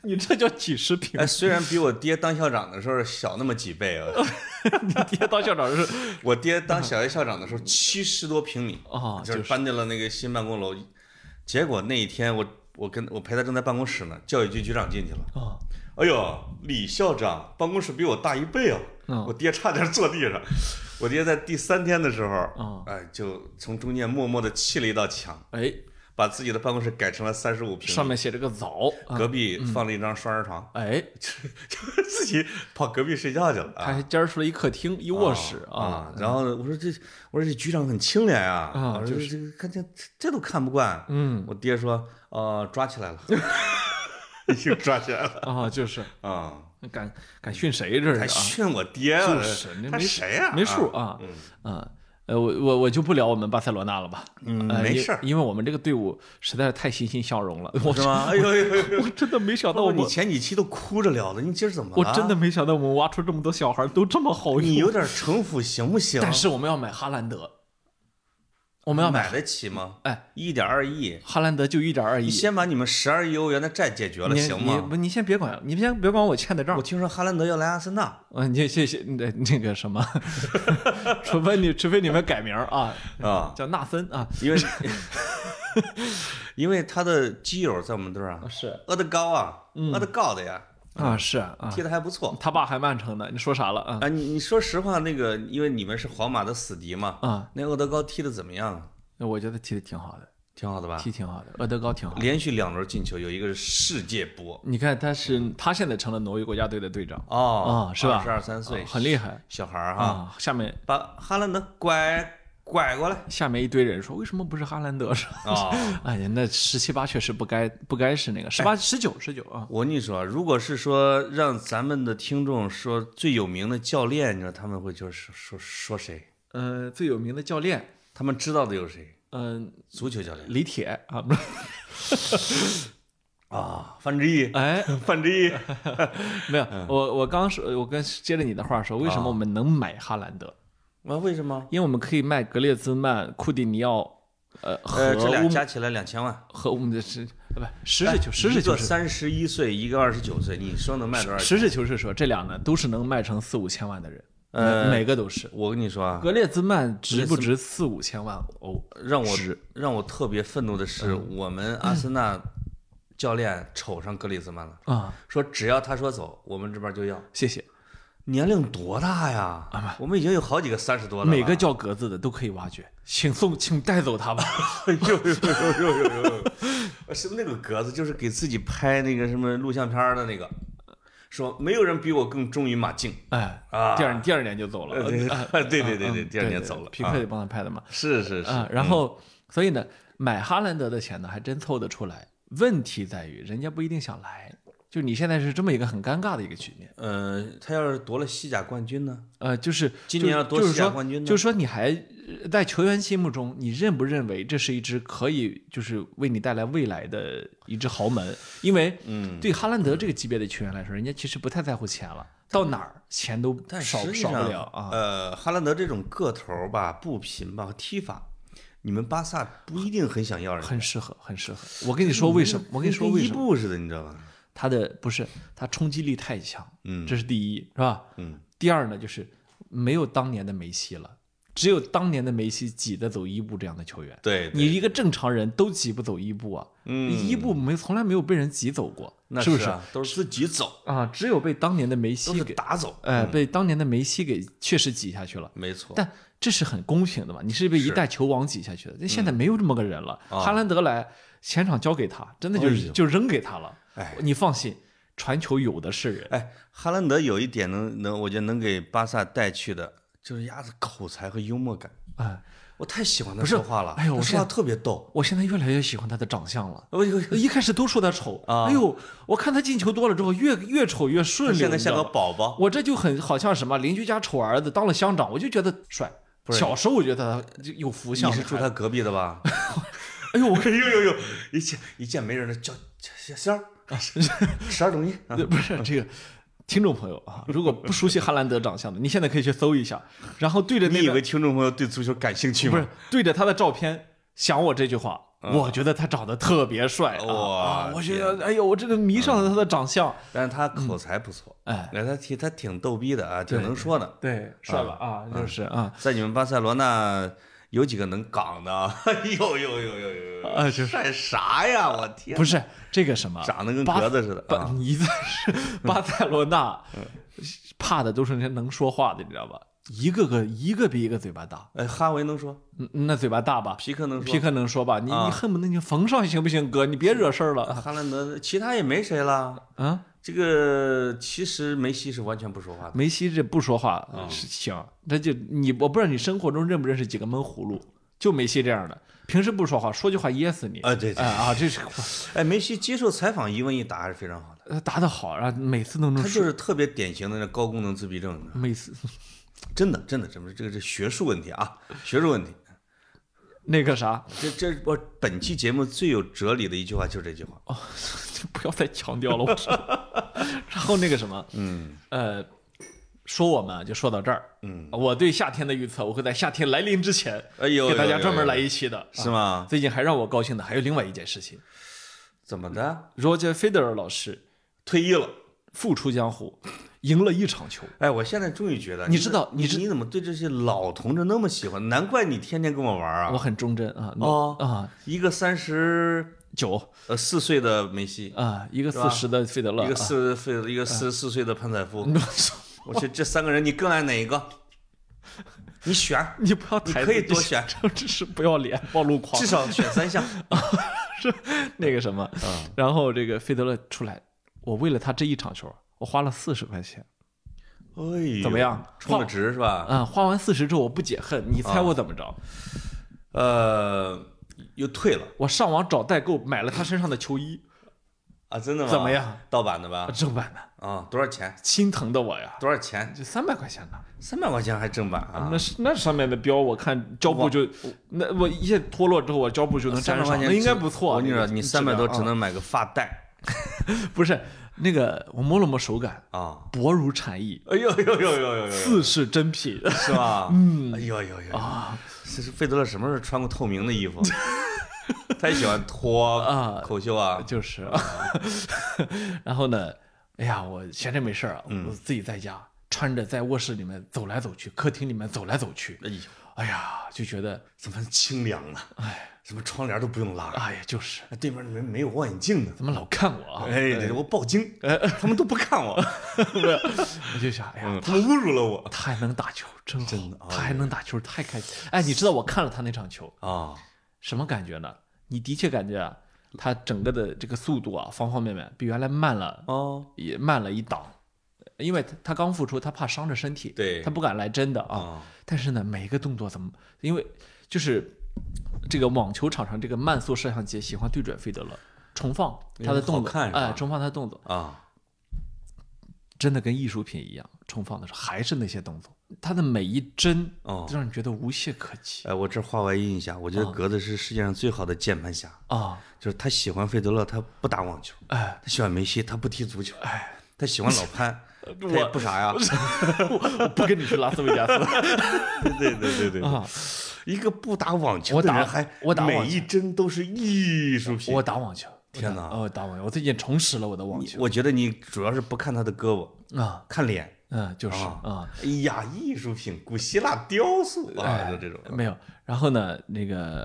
你这叫几十平哎，虽然比我爹当校长的时候小那么几倍啊，哎你 爹当校长是我爹当小学校长的时候七十多平米， 啊，就是就搬进了那个新办公楼。结果那一天我我跟我陪他正在办公室呢，教育局局长进去了。啊，哎呦，李校长办公室比我大一倍啊！嗯我爹差点坐地上。 我爹在第三天的时嗯候，哎，就从中间默默的砌了一道墙，哎，把自己的办公室改成了三十五平上米，面写着个早，啊隔壁放了一张双人床。 哎，就自己跑隔壁睡觉去了他啊。还尖儿出了一客厅一卧室啊，啊，然后我说这，我说这局长很清廉啊，啊我说这个看这这都看不惯。嗯我爹说，呃，抓 起来了， 已经抓起来了啊，就是啊，敢敢训谁这还是训我爹啊，啊就是那他没谁呀？啊？没数啊，啊。呃，我我我就不聊我们巴塞罗那了吧，嗯呃没因 事儿因为我们这个队伍实在是太欣欣向荣了，我是 吗？哎呦哎呦哎呦！ 我真的没想到我不过们你前几期都哭着聊的，你今儿怎么了？我真的，没想到我们挖出这么多小孩儿都这么好用，你有点城府行不行？ 但是我们要买哈兰德，我们要买买得起吗？哎，一点二亿，哈兰德就一点二亿，你先把你们十二亿欧元的债解决了，你行你吗？不，你先别管，你先别管我欠的账我。听说哈兰德要来阿森纳，嗯，你谢谢，那那个什 么，除非你除非你们改名儿啊，啊，叫纳森啊， 因为 因为他的基友在我们队儿啊，是阿德高啊，阿德高的呀，啊是嗯啊，踢得还不错他爸还曼城呢，你说啥了啊？啊。你你说实话，那个因为你们是皇马的死敌嘛，啊，那厄德高踢得怎么样？我觉得踢的挺好的，挺好的吧踢？挺好的，厄德高挺好的。连续两轮进球，有一个是世界波你看他是他现在成了挪威国家队的队长哦啊，是吧？十二三岁啊，很厉害小孩儿哈，啊。下面把哈兰德拐拐过来下面一堆人说，为什么不是哈兰德？是吧啊。 哎呀，那十七八确实不该不该是那个十八十九十九啊，我跟你说啊，如果是说让咱们的听众说最有名的教练，你知道他们会就是说说说谁？呃，最有名的教练他们知道的有谁？嗯、足球教练李铁啊，啊，范志 毅，哎，范志毅，没有，我我刚说，我跟接着你的话说，为什么我们能买哈兰德？啊，为什么？因为我们可以卖格列兹曼、库蒂尼奥，呃和呃，这俩乌加起来两千万，和我们的是呃不实事求实一事个求是，三十一岁，一个二十九岁，你说能卖多少钱？实事求是说，这俩呢都是能卖成四五千万的人，呃每个都是。我跟你说啊，格列兹曼值不值四五千万欧？让我是让我特别愤怒的是，我们阿森纳教练瞅上格里兹曼了，啊、说只要他说走，我们这边就要。谢谢，年龄多大呀？我们已经有好几个三十多了吧。每个叫格子的都可以挖掘，请送，请带走他吧。呦呦呦呦呦呦呦，是那个格子，就是给自己拍那个什么录像片儿的那个，说没有人比我更忠于马竞哎，啊。第二第二年就走了，呃对啊对对对啊对，嗯第二年走了。皮啊克得帮他拍的嘛。是是是啊，然后所以呢，买哈兰德的钱呢，还真凑得出来。问题在于人家不一定想来，就你现在是这么一个很尴尬的一个局面。呃，他要是夺了西甲冠军呢？呃，就是今年要夺就西是甲说，冠军呢？就是说你还呃在球员心目中，你认不认为这是一支可以就是为你带来未来的一支豪门？因为嗯，对哈兰德这个级别的球员来说，人家其实不太在乎钱了，到哪儿钱都但少实际少上不了啊。呃，哈兰德这种个头儿吧、步频吧、踢法，你们巴萨不一定很想要人家。很适合，很适合。我跟你说为什么？我跟你说为伊什么？布似的，你知道吧？他的不是他冲击力太强，嗯这是第一，是吧？嗯。第二呢，就是没有当年的梅西了，只有当年的梅西挤得走伊布这样的球员。对，对你一个正常人都挤不走伊布啊，嗯伊布没从来没有被人挤走过，那是不是是啊？都是自己走，啊？只有被当年的梅都西是给，打走。哎，被当年的梅西给确实挤下去了。没错，但这是很公平的嘛？你是被一代球王挤下去的，那现在没有这么个人了。嗯啊哈兰德来前场交给他，真的就、哎呦就扔给他了。哎，你放心，传球有的是人。哎，哈兰德有一点能能，我觉得能给巴萨带去的，就是鸭子口才和幽默感。哎，我太喜欢他不是说话了，哎呦他我说话现特别逗。我现在越来越喜欢他的长相 了。哎呦呦，一开始都说他丑，啊哎呦，我看他进球多了之后，越越丑越顺他溜。现在你知道像个吗宝宝，我这就很好像什么邻居家丑儿子当了乡长，我就觉得帅。是小时候我觉得他就有福相你，是住他隔壁的吧？哎呦，我 哎呦呦呦！一见一见没人了，叫叫小仙儿，啊十二等一 啊！不是这个听众朋友啊，如果不熟悉哈兰德长相的，你现在可以去搜一下，然后对着你那以个为听众朋友对足球感兴趣不吗是？对着他的照片想我这句话，我觉得他长得特别帅啊嗯哇嗯啊！我觉得哎呦，我这个迷上了他的长相，但是他口才不错，哎，哎，他挺他挺逗逼的啊，挺能说的。嗯对，帅吧嗯啊，就是啊在你们巴塞罗那有几个能港的啊？ 哎呦呦呦呦呦！啊，就是。晒啥呀？我 天！不是这个什么，长得跟巴格子似的巴啊！嗯你这是 巴塞罗那，怕的都是那些能说话的，你知道吧？一个个一个比一个嘴巴大，哎，哈维能说，嗯那嘴巴大吧？皮克能说，皮克能说吧？你啊你恨不得你缝上行不行，哥？你别惹事儿了哈兰德，其他也没谁了。啊！这个其实梅西是完全不说话的。梅西这不说话啊是行，那就你我不知道你生活中认不认识几个闷葫芦，就梅西这样的，平时不说话，说句话噎死你啊对对哎啊，这是哎，梅西接受采访一问一答还是非常好的。呃打得好，然后每次都能他说，就是特别典型的那高功能自闭症，你知道吗每次 真的，真的，真的，这个是学术问题啊，学术问题。那个啥，这这，我本期节目最有哲理的一句话就是这句话。哦，就不要再强调了，我说。 然后那个什么，嗯呃，说我们啊就说到这儿。嗯，我对夏天的预测，我会在夏天来临之前哎呦，哎给大有家有专门有来一期的。是啊吗？最近还让我高兴的还有另外一件事情怎么的？ ，Roger Federer 老师退役了？复出江湖，赢了一场球。哎，我现在终于觉得，你知道你你知你怎么对这些老同志那么喜欢？难怪你天天跟我玩我啊！很忠贞啊，哦啊一个三十九呃四岁的梅西，啊，一个吧四十的费德勒，一个啊嗯四岁的，一个四十四岁的潘采夫。我去，这三个人你更爱哪一个？你选儿， 你不要你抬，可以多，选， 这真是不要脸，暴露狂至。少选三项。 那个什么，嗯然后这个费德勒出来，我为了他这一场球，我花了四十块钱， 哎，怎么？样？充花了值是吧？嗯，花完四十之后我不解恨，你猜我怎么着？呃，又退了我上网找代购买了他身上的球衣，啊，真的吗？怎么？样？盗版的吧？正版的，啊，多少钱？心疼的我呀，多少钱？就三百块钱呢。三百块钱还正版啊那？是那上面的标，我看胶布哇就那我一下脱落之后，我胶布就能三粘百块上，钱那应该只不错啊。我跟你说，那个你质三百多量只啊能买个发带不是那个，我摸了摸手感，啊！薄如蝉翼，哎呦呦呦呦呦呦呦，似是真品。是吧？嗯，哎呦呦呦啊！这是费德勒什么时候穿过透明的衣 服？太喜欢脱啊口秀啊！就是， 然后呢，哎呀，我闲着没事儿啊，我自己在家穿着在卧室里面走来走去，客厅里面走来走去，哎呦，哎呀，就觉得，怎么清凉啊？哎，啊什么窗帘都不用拉，哎呀，就是对面没没有望远镜呢。怎么老看我啊？ 哎，对我报警， 他们都不看我，我就想，哎呀，他们侮辱了我他还能打球，真好，的他还能打球，太开心。哎，你知道我看了他那场球啊！什么感觉呢？你的确感觉啊，他整个的这个速度啊，方方面面比原来慢了哦，也慢了一档，因为他他刚复出，他怕伤着身体，对他不敢来真的啊。啊，但是呢，每一个动作怎么，因为就是这个网球场上这个慢速摄像机喜欢对准费德勒重放他的动好作，看是吧哎，重放他的动作，啊，真的跟艺术品一样，重放的时候还是那些动作，他的每一帧哦让你觉得无懈可击哎，我这话外音一下，我觉得格子是世界上最好的键盘侠，啊，就是他喜欢费德勒，他不打网球；哎，他喜欢梅西，他不踢足球；他喜欢老 潘，他也我不啥 呀。我不跟你去拉斯维加斯 对对对对对，啊，一个不打网球我的打人还我打每网球一帧都是艺术品。我打网球，天我哪打哦，我打网球，我最近重拾了我的网球我觉得你主要是不看他的胳膊，啊，看脸。嗯，就是啊啊。哎呀，艺术品，古希腊雕塑啊，就这种。没有。然后呢，那个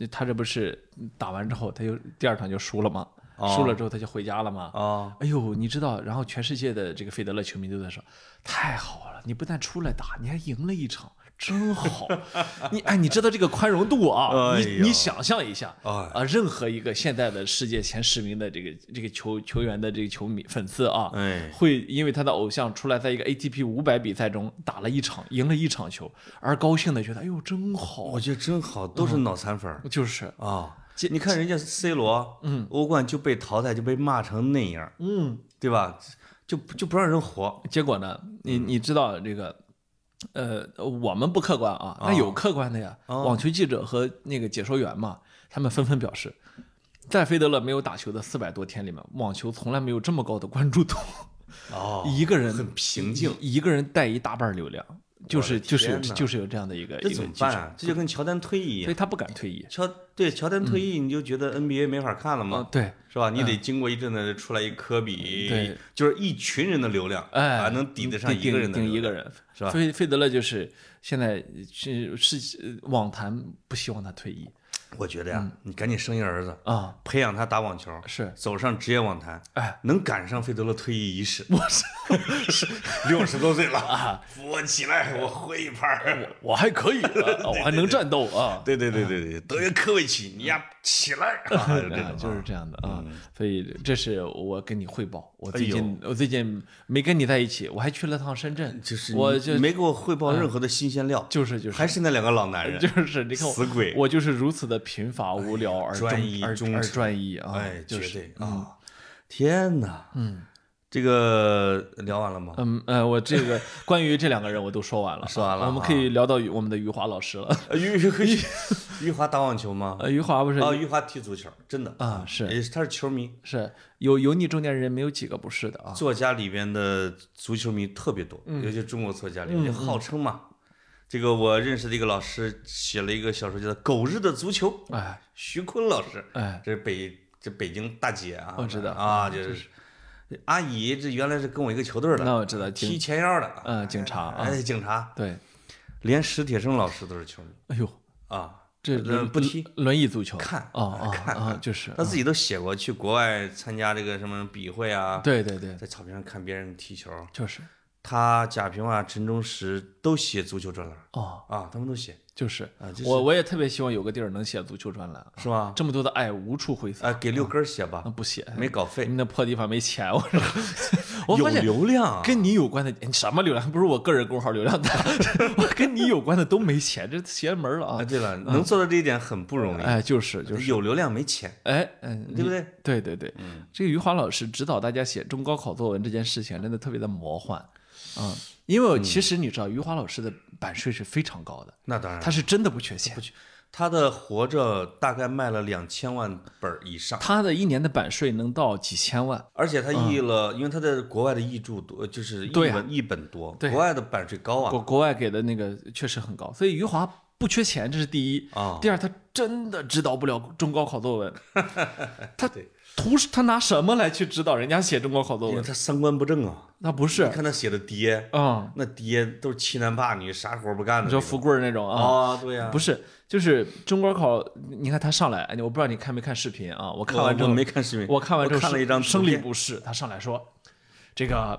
呃他这不是打完之后，他就第二场就输了嘛，哦输了之后他就回家了嘛。啊，哎呦，你知道，然后全世界的这个费德勒球迷都在说，太好了，你不但出来打，你还赢了一场，真 好。你哎，你知道这个宽容度啊，哎你呦你想象一下哎啊，任何一个现在的世界前十名的这个这个球球员的这个球迷粉丝啊，哎会因为他的偶像出来在一个 ATP 五百比赛中打了一场，赢了一场球，而高兴的觉得，哎呦，真好我，觉得真好，都是脑残粉儿就是啊。你看人家 C 罗，嗯，欧冠就被淘汰，就被骂成那样，嗯。对吧？就就不让人活。结果呢，你嗯你知道这个，呃，我们不客观啊，那有客观的呀。啊网球记者和那个解说员嘛，他们纷纷表示，在费德勒没有打球的四百多天里面，网球从来没有这么高的关注度，哦一个人很平静，一个人带一大半流量，就是就是有天哪就是有这样的一个这一怎个么机制办啊？这就跟乔丹退役所一以样，他不敢退役。乔对乔丹退役，你就觉得 NBA 没法看了啊吗？对，是吧？你得经过一阵子出来一科比，对，就是一群人的流量，哎啊，能抵得上顶一个人的顶流一量个人是吧所以费德勒就是现在是是呃网坛不希望他退役我觉得呀，你赶紧生一儿子，啊，培养他打网球，是走上职业网坛，哎，能赶上费德勒退役仪式。我是 六十多岁了啊，扶我起哎来，我挥一拍儿。我还可以， 啊我还能战斗啊。对对对对对，德约科维奇，你呀起来啊，就这啊，种就是这样的啊，所以这是我跟你汇报。我最哎呦近我最近没跟你在一起，我还去了趟深圳，就是我你就哎没给我汇报任何的新鲜料，就是就是还是那两个老男人，就是你看我死鬼哎我就是如此的贫乏无聊而专忠一而忠而诚专一啊，哎，就绝是对啊，天哪，嗯，这个聊完了 吗？嗯呃，我这个关于这两个人我都说完了， 啊说完了啊我们可以聊到于我们的余华老师 了。呃余余余华打网球吗？呃，余华不是啊，余华踢足球，真的啊是也他是球迷，是有油腻中年人没有几个不是的啊，嗯作家里边的足球迷特别多，尤其中国作家里面，号称嘛。这个我认识的一个老师写了一个小说，叫做《狗日的足球》，哎徐坤老师，哎这是北这北京大姐啊，哦我知道嗯啊，就是阿姨，这原来是跟我一个球队那的，我知道，踢警前腰的，呃警察啊，哎，警察，对，连史铁生老师都是球迷哎呦，啊，这呃轮不踢轮椅足球，看啊啊看嗯啊，就是他自己都写过去国外参加这个什么比会啊，对对对，在草坪上看别人踢球，就是他贾平凹、陈忠实都写足球专栏哦，啊，他们都写就是啊，就是我我也特别希望有个地儿能写足球专栏，啊是吧？这么多的爱无处挥洒，啊，给六根儿写吧那，不写，没稿费你，那破地方没钱，我 说，我有发现流量啊，跟你有关的你什么流量，不是我个人公号流量 大，我跟你有关的都没钱，这邪门了啊，啊！对了，能做到这一点很不容易，哎，就是就是，有流量没钱，哎嗯，对不对？对对对，这个余华老师指导大家写中高考作文这件事情，真的特别的魔幻，嗯，因为我其实你知道，余华老师的版税是非常高的，那当然，他是真的不缺钱，他的《活着》大概卖了两千万本儿以上，他的一年的版税能到几千万，而且他译了，因为他在国外的译著多，就是译嗯对啊文译本多，对国外的版税高啊国国外给的那个确实很高，所以余华不缺钱，这是第一。啊，第二，他真的指导不了中高考作文，他图他拿什么来去指导人家写中高考作因为文？他三观不正啊，那不你是，看他写的爹，嗯，那爹都是欺男霸女，啥活不干你的那说种，富贵儿那种啊，啊，对呀，不是，就是中高考，你看他上来，哎我不知道你看没看视频啊？我看完之我后没看视频，我看完之后看了生一张图生理片不适，他上来说，这个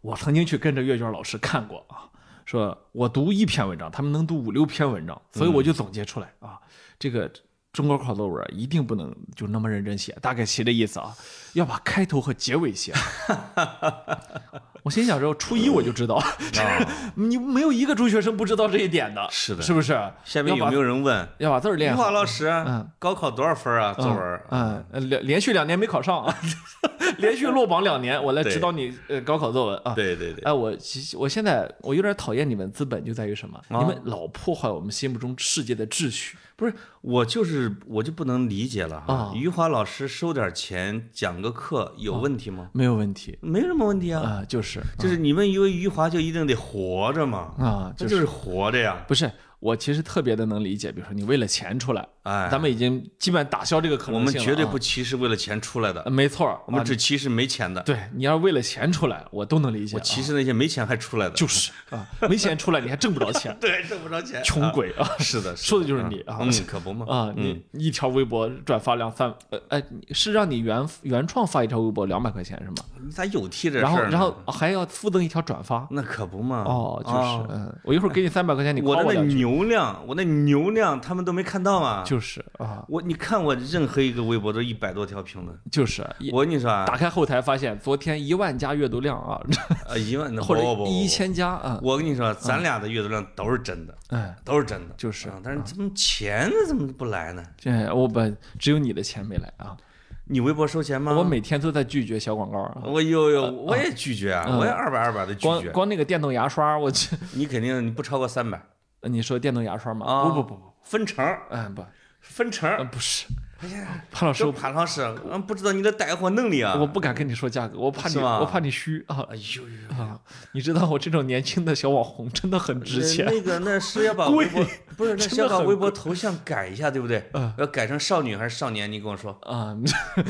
我曾经去跟着阅卷老师看过啊，说我读一篇文章，他们能读五六篇文章，所以嗯我就总结出来啊，这个中国考作文一定不能就那么认真写，大概其这意思啊，要把开头和结尾写好。 我心想说，初一我就知道， 啊， 你没有一个中学生不知道这一点的，是的是不是？下面要有没把有人问要把字儿余练好华？老师啊嗯高考多少分啊？作文儿嗯，呃连连续两年没考上啊， 连续落榜两年，我来对指导你呃高考作文啊。对对对，哎，我其实我现在我有点讨厌你们资本就在于什么？你啊们老破坏我们心目中世界的秩序。不是，我就是我就不能理解了哈啊。余华老师收点钱讲个课有问题吗？没有问题没什么问题啊，啊、就是就是你们以为余华就一定得活着吗？啊、那就就是是活着呀，不是我其实特别的能理解，比如说你为了钱出来，哎，咱们已经基本打消这个可我能们性了啊。绝对不歧视为了钱出来的呃，，没错儿，我们啊只歧视没钱的，对你要是为了钱出来，我都能理解。我歧啊视那些没钱还出来的，，就是啊，没钱出来你还挣不着钱 对，挣不着钱，穷鬼啊！ 是的，说的就是你啊嗯，可不嘛，啊，你一条微博转发两三，呃，哎，你是让你原原创发一条微博两百块钱是吗？你咋有替这事然后儿呢？然后还要附赠一条转发。那可不嘛，哦，就啊是，嗯，我一会儿给你三百块钱，你夸我的那两句。牛量，我那牛量他们都没看到吗？就是啊，我你看我任何一个微博都一百多条评论，就是一我跟你说啊，打开后台发现昨天一万加阅读量啊，呃一万或者不不不不一千加啊，我跟你说，咱俩的阅读量都是真的，哎，都是真的。就是啊，但是怎么钱怎么不来呢？这我本只有你的钱没来啊，你微博收钱吗？我每天都在拒绝小广告啊，啊我有有，我也拒绝啊，我也二百二百的嗯拒光绝。光那个电动牙刷，我去，呃你肯定你不超过三百，你说电动牙刷吗？啊不不不不，分成哎不，分呃成。不是，哎呀，潘老师说潘老师，嗯，不知道你的带货能力啊。我不敢跟你说价格，我怕你，是吗我怕你虚啊！哎呦呦啊！你知道我这种年轻的小网红真的很值呃钱，那个那是 要把微贵博不是那是要真的把很嗯微博头像改一下，对不对？要改成少女还是少年？你跟我说啊！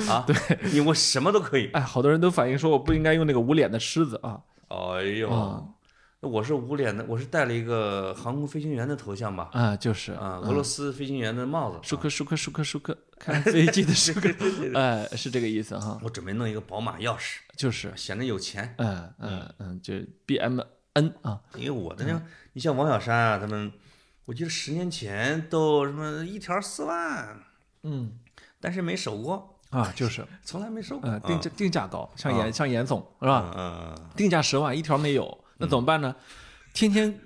啊？对，你我什么都可以。哎，好多人都反映说我不应该用那个捂脸的狮子啊！哎呦啊，我是捂脸的，我是戴了一个航空飞行员的头像吧？啊，就是啊，俄罗斯飞行员的帽子。舒克舒克舒克舒克，开飞机的舒 克，哎，是这个意思哈，我准备弄一个宝马钥匙，就是，显得有钱。嗯嗯嗯，就是 B M N 啊，因为我的那，你像王小山啊，他们，我记得十年前都什么一条四万，嗯但是没收过，啊，就是，从来没收过。嗯，定价定价高，像严像严总是吧？嗯嗯，嗯定价十万，一条没有，那怎么办呢？天天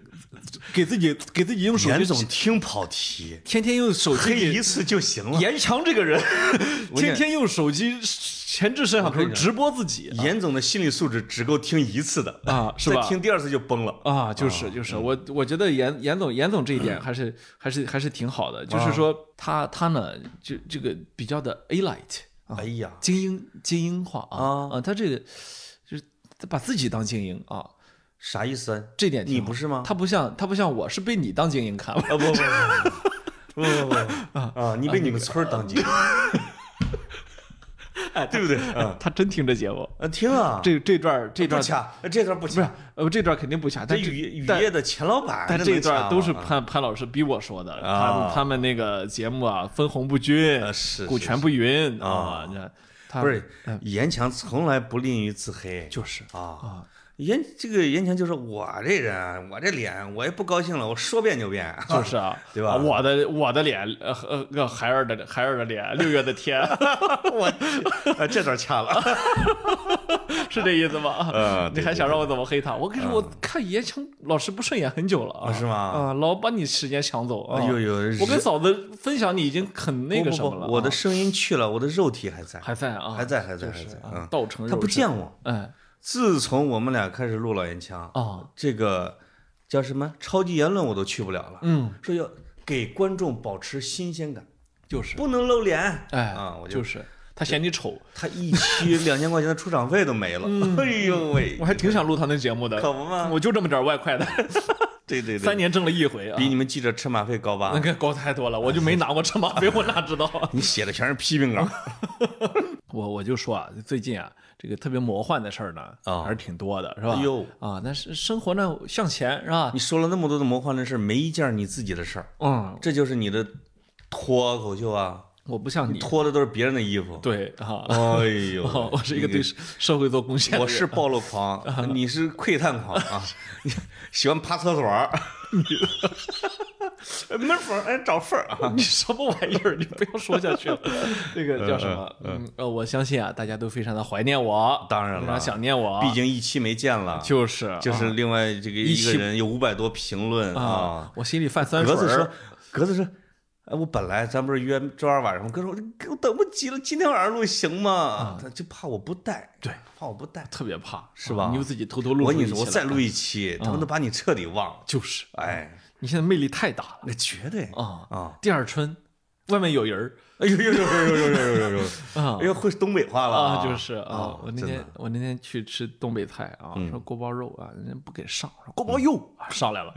给自己给自己用手严机总听跑题，天天用手黑机一次就行给了。严强这个人， 我跟天你天用手机前置摄像头直播自己严总的心理素质只够听一次的，啊，是吧再？听第二次就崩了。啊，就是就是，嗯我我觉得严严总严总这一 点还是还是还是挺好的，啊就是说他他呢就这个比较的 A light 哎呀，精英精英化啊啊啊，他这个就是他把自己当精英啊，啥意思啊？这点挺你好不是吗？他不像他不像我是被你当精英看，啊不不不不不不 啊！你被你们村儿 当精哎，对不对？啊他真听这节目，啊，听啊，这这段儿这不段儿掐，这段不不是掐，呃这段儿肯定不掐，这但雨雨但夜的钱老板，但那这能一段掐都是吗潘潘老师逼我说的，他啊们他们那个节目啊，分红不均啊，是股是权是不匀啊啊，这他不是严强从来不吝于自黑，就是啊，啊，严这个严强就说：“我这人，我这脸，我也不高兴了，我说变就变。” 就是啊，对吧我的我的脸，呃呃，个孩儿的孩儿的脸，六月的天， 我 去呃这段掐了。是这意思吗？嗯你还想让我怎么黑他？我跟你说，我看严强老师不顺眼很久了啊，啊是吗啊，老把你时间抢走啊！哎呦呦我跟嫂子分享你已经很那个什么了啊，我的声音去了，我的肉体还在，还在啊，还在，还在，就还是在。啊嗯，道成他肉不身见我。哎自从我们俩开始录老烟枪，啊，这个叫什么超级言论我都去不了了。嗯，说要给观众保持新鲜感，就是，不能露脸。哎啊，我就就是他嫌你丑，他一 期两千块钱的出场费都没了。哎呦喂嗯我，还挺想录他那节目的，可不嘛！我就这么点儿外快的，对对三对，年挣了一回啊比。你们记者车马费高 那吧？个高太多了，我就没拿过车马费，我哪知道 啊？你写的全是批评嗯稿。我我就说啊，最近啊，这个特别魔幻的事儿呢，啊还是挺多的，是吧？哎呦啊，但是生活呢向前，是吧你？说了那么多的魔幻的事儿，没一件儿你自己的事儿，嗯，这就是你的脱口秀啊！我不像你你，脱的都是别人的衣服。对啊，哎呦哦，我是一个对你社社会做贡献的人， 我是暴露狂， 你是窥探狂啊！你喜欢爬厕所儿， 门缝儿哎找缝儿啊！你什么玩意儿？你不要说下去了。那个叫什么？嗯，呃，我相信啊，大家都非常的怀念我， 当然了非常想念我，毕竟一期没见了，就是就啊是另外这个一一期个人有五百多评论啊。啊，我心里泛酸水格子儿说，，格子说，哎，我本来咱不是约周二晚上吗？格子说，我等不及了，今天晚上录行吗？他就怕我不带，啊对，怕我不带。特别怕，是吧啊你就自己偷偷录我出一跟期来。啊你说，我再录一期，他们都把你彻底忘了。就是，哎，你现在魅力太大了那绝对啊！啊！第二春，外面有人儿哎呦呦呦呦呦呦呦呦呦！啊哎呦，会东北话了啊，就是啊啊，，我那真天的嗯我那天去吃东北菜啊，说锅包肉啊，人家不给上，说锅包肉啊上 来了，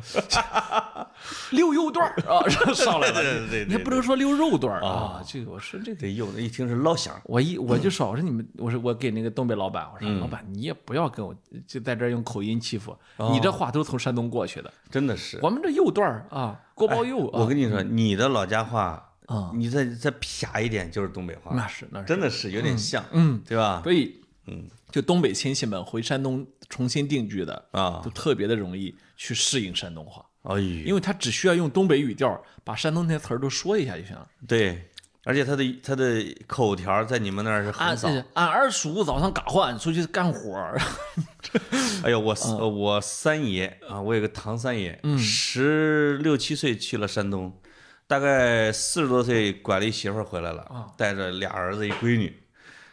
溜肉段儿啊上来对对对了，对你对还不能说溜肉段儿啊，这个我说这个。得用，一听是老乡，我一我就说，我说你们，我说我给那个东北老板，我说老板你也不要跟我就在这儿用口音欺负，你这话都从山东过去的，真的是。我们这肉段儿啊，锅包肉我啊，跟你说，你的老家话啊，你再再撇一点就是东北话，那是那是，真的是有点像，嗯，对吧？所以嗯，就东北亲戚们回山东重新定居的啊就，特别的容易去适应山东话，哎呦，因为他只需要用东北语调把山东那些词儿都说一下就行了。对，而且他的他的口条在你们那儿是俺很少。俺啊二叔早上嘎换出去干活 儿，哎呦，我呃嗯我三爷啊，我有个堂三爷，十六七岁去了山东，大概四十多岁拐了一媳妇儿回来啊了，带着俩儿子一闺女，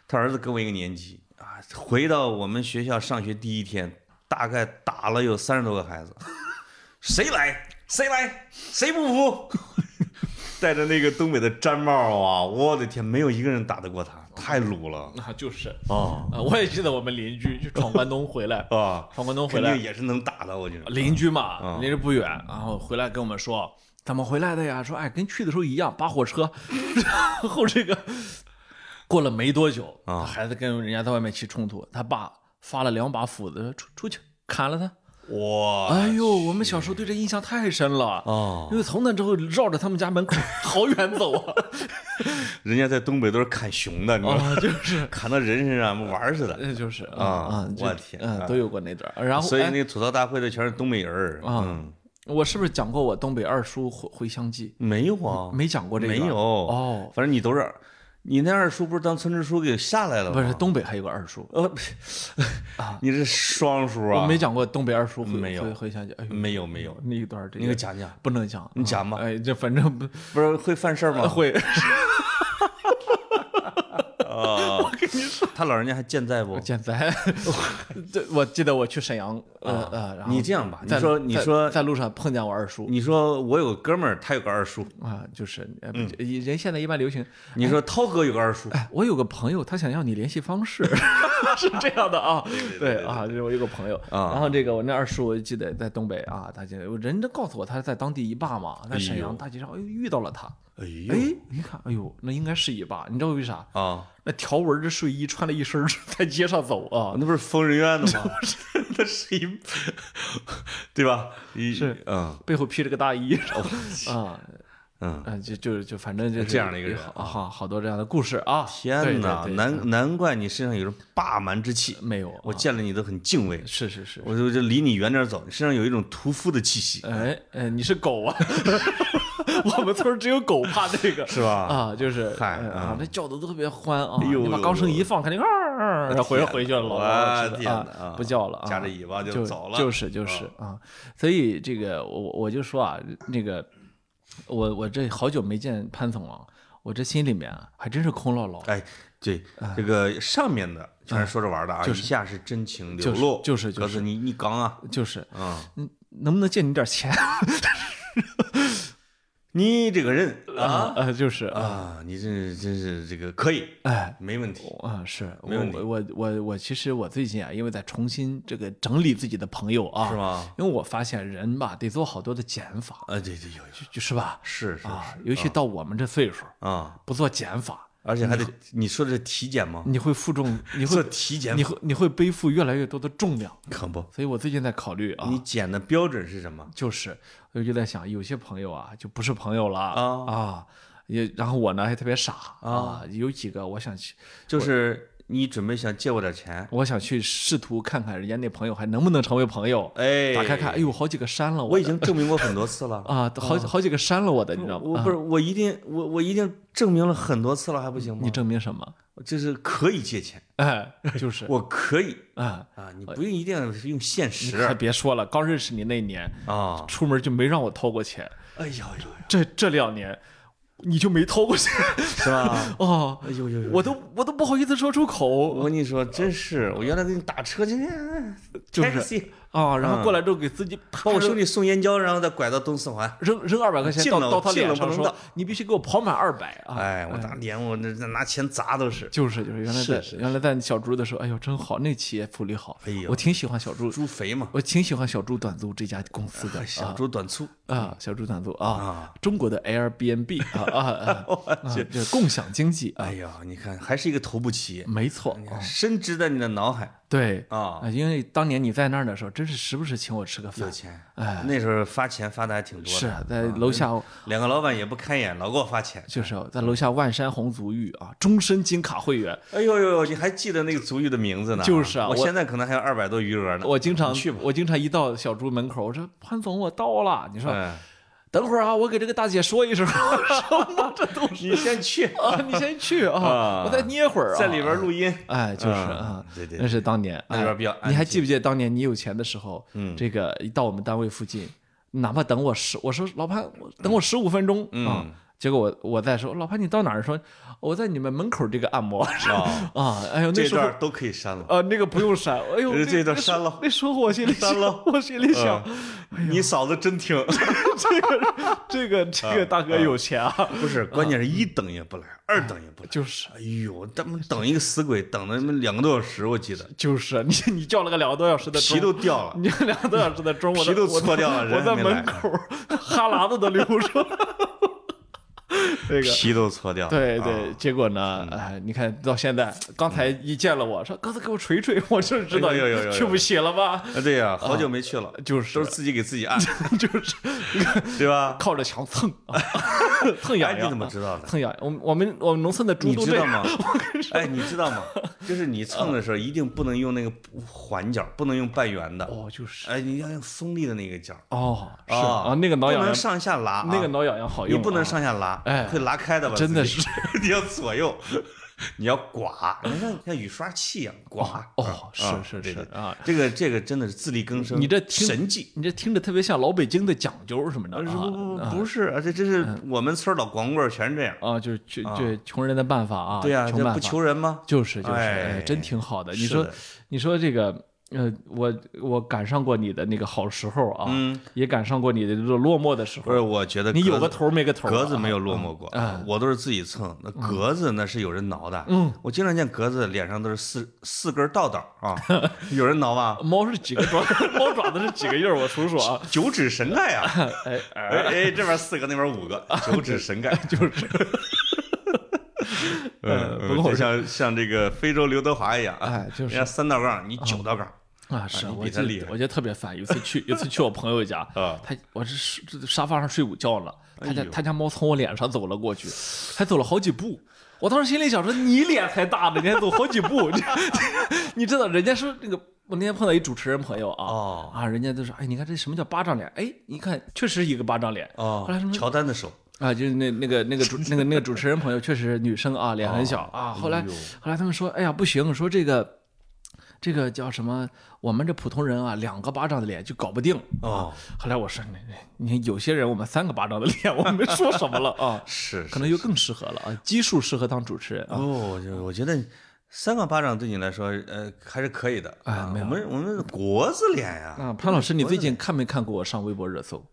他儿子跟我一个年级啊，回到我们学校上学第一天，大概打了有三十多个孩子， 谁来谁来谁不服， 戴着那个东北的毡帽啊，我的天，没有一个人打得过他，太鲁了那就是 啊，啊，我也记得我们邻居就闯关东回来啊，闯关东回肯来定也是能打的，我觉得。邻居啊嘛，离着不远，然后回来跟我们说怎么回来的呀？说哎，跟去的时候一样，扒火车， 然后这个过了没多久，啊孩子跟人家在外面起冲突，他爸发了两把斧子，说出出去砍了他。哇，哎呦，我们小时候对这印象太深了。哦，因为从那之后绕着他们家门口 好远走 啊，人家在东北都是砍熊的，你知道吗？啊，就是， 砍到人身上玩儿似的。那就是啊啊就我天嗯，都有过那段儿。然后，所以哎那吐槽大会的全是东北人儿。啊嗯，我是不是讲过我东北二叔回回乡记？没有啊，没讲过这个，没有哦，反正你都是，你那二叔不是当村支书给下来了吗？不是，东北还有个二叔，呃，你是双叔啊？我没讲过东北二叔回没有回回乡记。哎呦，没有没有，那一段儿这你个给讲讲，不能讲，你讲吧啊哎，这反正不不是会犯事儿吗？呃会， 啊，我跟你说，他老人家还健在不？简 单。这我记得我去沈阳，呃呃，然后啊你这样吧，你在说你在说在路上碰见我二叔你说我有个哥们儿，他有个二叔，啊，就是呃嗯不人现在一般流行，你说涛哥有个二叔，哎哎，我有个朋友，他想要你联系方式， 是这样的啊，对啊，就是我有个朋友，啊然后这个我那二叔，我记得在东北啊，他就人家告诉我他在当地一霸嘛，在沈哎阳呦大街上，哎呦遇到了他，哎哎呦，一看，哎呦，那应该是一霸，你知道为啥？啊，那条纹的睡衣穿了一身儿 在街上走啊，那不是疯人院的吗？ 那是一，对吧？一是嗯，背后披着个大衣啊，嗯，嗯，就就就反正就是哦这样的一个人好啊好好多这样的故事啊。天哪哪，，对难难怪你身上有着霸蛮之气，没有啊，我见了你都很敬畏，是是是，我就就离你远点走，你身上有一种屠夫的气息，哎哎，你是狗啊？ 我们村儿只有狗怕这个，是吧？啊，就是嗨哎啊啊，那叫的都特别欢啊，哎呦你把呦钢绳呦一放，肯定啊，回回去了，老老我实实天的哪啊，啊不叫了啊，夹着尾巴就就走了，嗯就是就是啊，所以这个我我就说啊，那个我我这好久没见潘总了，我这心里面啊还真是空落落，哎，对，嗯这个上面的全是说着玩的啊，一下是真情流露，就是就是就是格子你你刚啊，就是嗯，嗯，能不能借你点钱你这个人啊啊？ 就是啊，啊，你这真是这个可以，哎。没问题，我啊，是我没问我我我我其实我最近啊，因为在重新这个整理自己的朋友啊，是？吗？因为我发现人吧得做好多的减法，啊，对对有有就是吧？是是啊，尤其到我们这岁数，啊，不做减法，而且还得你说的是体检吗？你会负 重，你做会体检你会你会背负越来越多的重量。可不，所以我最近在考虑啊你，检的标准是什么？就是我就在想，有些朋友啊就不是朋友了啊啊，也然后我呢还特别傻啊，有几个我想去，就是你准备想借我点钱，我想去试图看看人家那朋友还能不能成为朋友，哎，打开看，哎，呦，好几个删了我的，我已经证明过很多次了。啊，好好几个删了我的，你知道吗？我不是，我一定，我我一定证明了很多次了，还不行吗？你证明什么？就是可以借钱，哎，就是我可以啊，啊，你不用一定是用现你实还别说了，刚认识你那年，啊。出门就没让我掏过钱，哎呦呦，这这两年你就没掏过钱 是吧？哦， 哎呦呦呦，我都我都不好意思说出口我跟你说，真是，我原来给你打车去， 就是 taxi 啊，然后过来之后给自己把嗯我兄弟送燕郊，然后再拐到东四环。扔扔二百块钱进到了到他进脸了不上能说到，你必须给我跑满二百啊！哎，我打脸，我那那拿钱砸都是。就是就是，原来是在是原来在小猪的时候，哎呦真好，那企业福利好哎，呦我挺喜欢小猪，猪肥嘛，我挺喜欢小猪短租这家公司的哎小猪短粗。啊，小猪短租啊，中国的 Airbnb 啊 啊啊啊，这共享经济啊，哎呀，你看，还是一个头部企业，没错你看啊，深植在你的脑海对啊。啊，因为当年你在那儿的时候，真是时不时请我吃个有饭，钱，哎那时候发钱发的还挺多的。啊哎是在楼下两个老板也不开眼，老给我发钱。就是在楼下万山红足浴啊，终身金卡会员，哎呦呦，呦，你还记得那个足浴的名字呢？就是啊我我现在可能还有二百多余额呢。我经常我经常一到小猪门口，我说潘总我到了，你说哎，等会儿啊，我给这个大姐说 一声，什么这都是你先 去，啊，你先去啊，啊我再捏会儿啊，在里边录音。哎，就是嗯啊，对对 那是当年那边哎比较安你还记不记得当年你有钱的时候，嗯这个一到我们单位附近，哪怕等我十，我说老潘，我等我十五分钟啊嗯，结果我我再说老潘你到哪儿？说我在你们门口这个按 摩哦，啊，哎呦那这时候段都可 以删了，呃那个不用删，哎呦这那这段那删了那时候我心里删了嗯我心里想哎你嫂子 真听。这个 这个这嗯个大哥有钱啊， 不是，关键是一等也不来，二等也不来。就是。哎呦，他们等一个死鬼，等了他妈两个多小时，我记得就是你，你叫了个两个多小时的钟皮都掉了。你两个多小时的钟，我在皮都我在搓掉了我人在还没来门口儿哈喇子都流出来了。 这个皮都搓掉了。对啊嗯对，，结果呢，哎，你看到现在，刚才一见了我说，刚才给我捶捶，我就知道哎呦呦呦呦去不起了吧？啊对呀，好久没去 了，就是都是自己给自己 按， 就是对吧？靠着墙蹭， 啊蹭痒痒。哎，啊你怎么知 道的？蹭痒痒？我们我们我们农村的猪你都知这道样。 吗？哎，你知道吗？就是你蹭的时候一定不能用那个环角，不能用半圆的，哦，就是哎，你要用锋利的那个角哦，是啊，那个挠不痒能痒，上下拉啊，那个挠痒痒好你用啊，不能上下拉，哎会拉开的吧？真的自己 你要左右，你要刮，你像像雨刷器一样刮。哦，啊是是对是对啊，这个这个真的是自力更生，你这听神迹。你这听着特别像老北京的讲究什么的不不啊嗯不呃不是，而且这是我们村儿老光棍儿全是这样。啊，就是穷对穷人的办法啊，对呀，穷这办不法求人吗？就是就是，哎哎真挺好的。你是说的你说这个呃，我我赶上过你的那个好时候啊，也赶上过你的这个落寞的时嗯不候，是，我觉得你有格个子头没个头啊，嗯格子没有落寞过，我都是自己蹭。那格子那是有人挠的，嗯，我经常见格子脸上都是四四根道道啊， 有人挠吧？猫是几个爪， 猫爪子是几个印儿？我数数 啊，九指神丐啊！哎哎， 哎哎，这边四个，那边五个，九指神丐， 就是。呃呃嗯，不过我就像像这个非洲刘德华一样，哎就是啊人家三道杠，你九道杠，啊，是哎你我比记他得厉害我觉得特别烦。有一次去，有一次去我朋友家，啊，他我是睡这沙发上睡午觉了，他家、哎呦他家猫从我脸上走了过去，还走了好几步。我当时心里想说，你脸才大呢，你还走好几步，你 你知道人家说那个。我那天碰到一主持人朋友啊，哦啊，人家都说，哎，你看这什么叫巴掌脸？哎，你看确实一个巴掌脸哦后来什么，乔丹的手，啊，就是那那个那个主那个那个主持人朋友确实女生啊，脸很小啊。后来哎呦后来他们说，哎呀不行，说这个这个叫什么？我们这普通人啊，两个巴掌的脸就搞不定。哦，，后来我说，你你你有些人我们三个巴掌的脸，我没说什 么了啊是，是可能就更适合了啊，基数适合当主持人啊。哦，我觉得我觉得三个巴掌对你来说，呃，还是可以的哎啊。没有我们我们国字脸呀，嗯啊，潘老师，你最近看没看过我上微博热搜？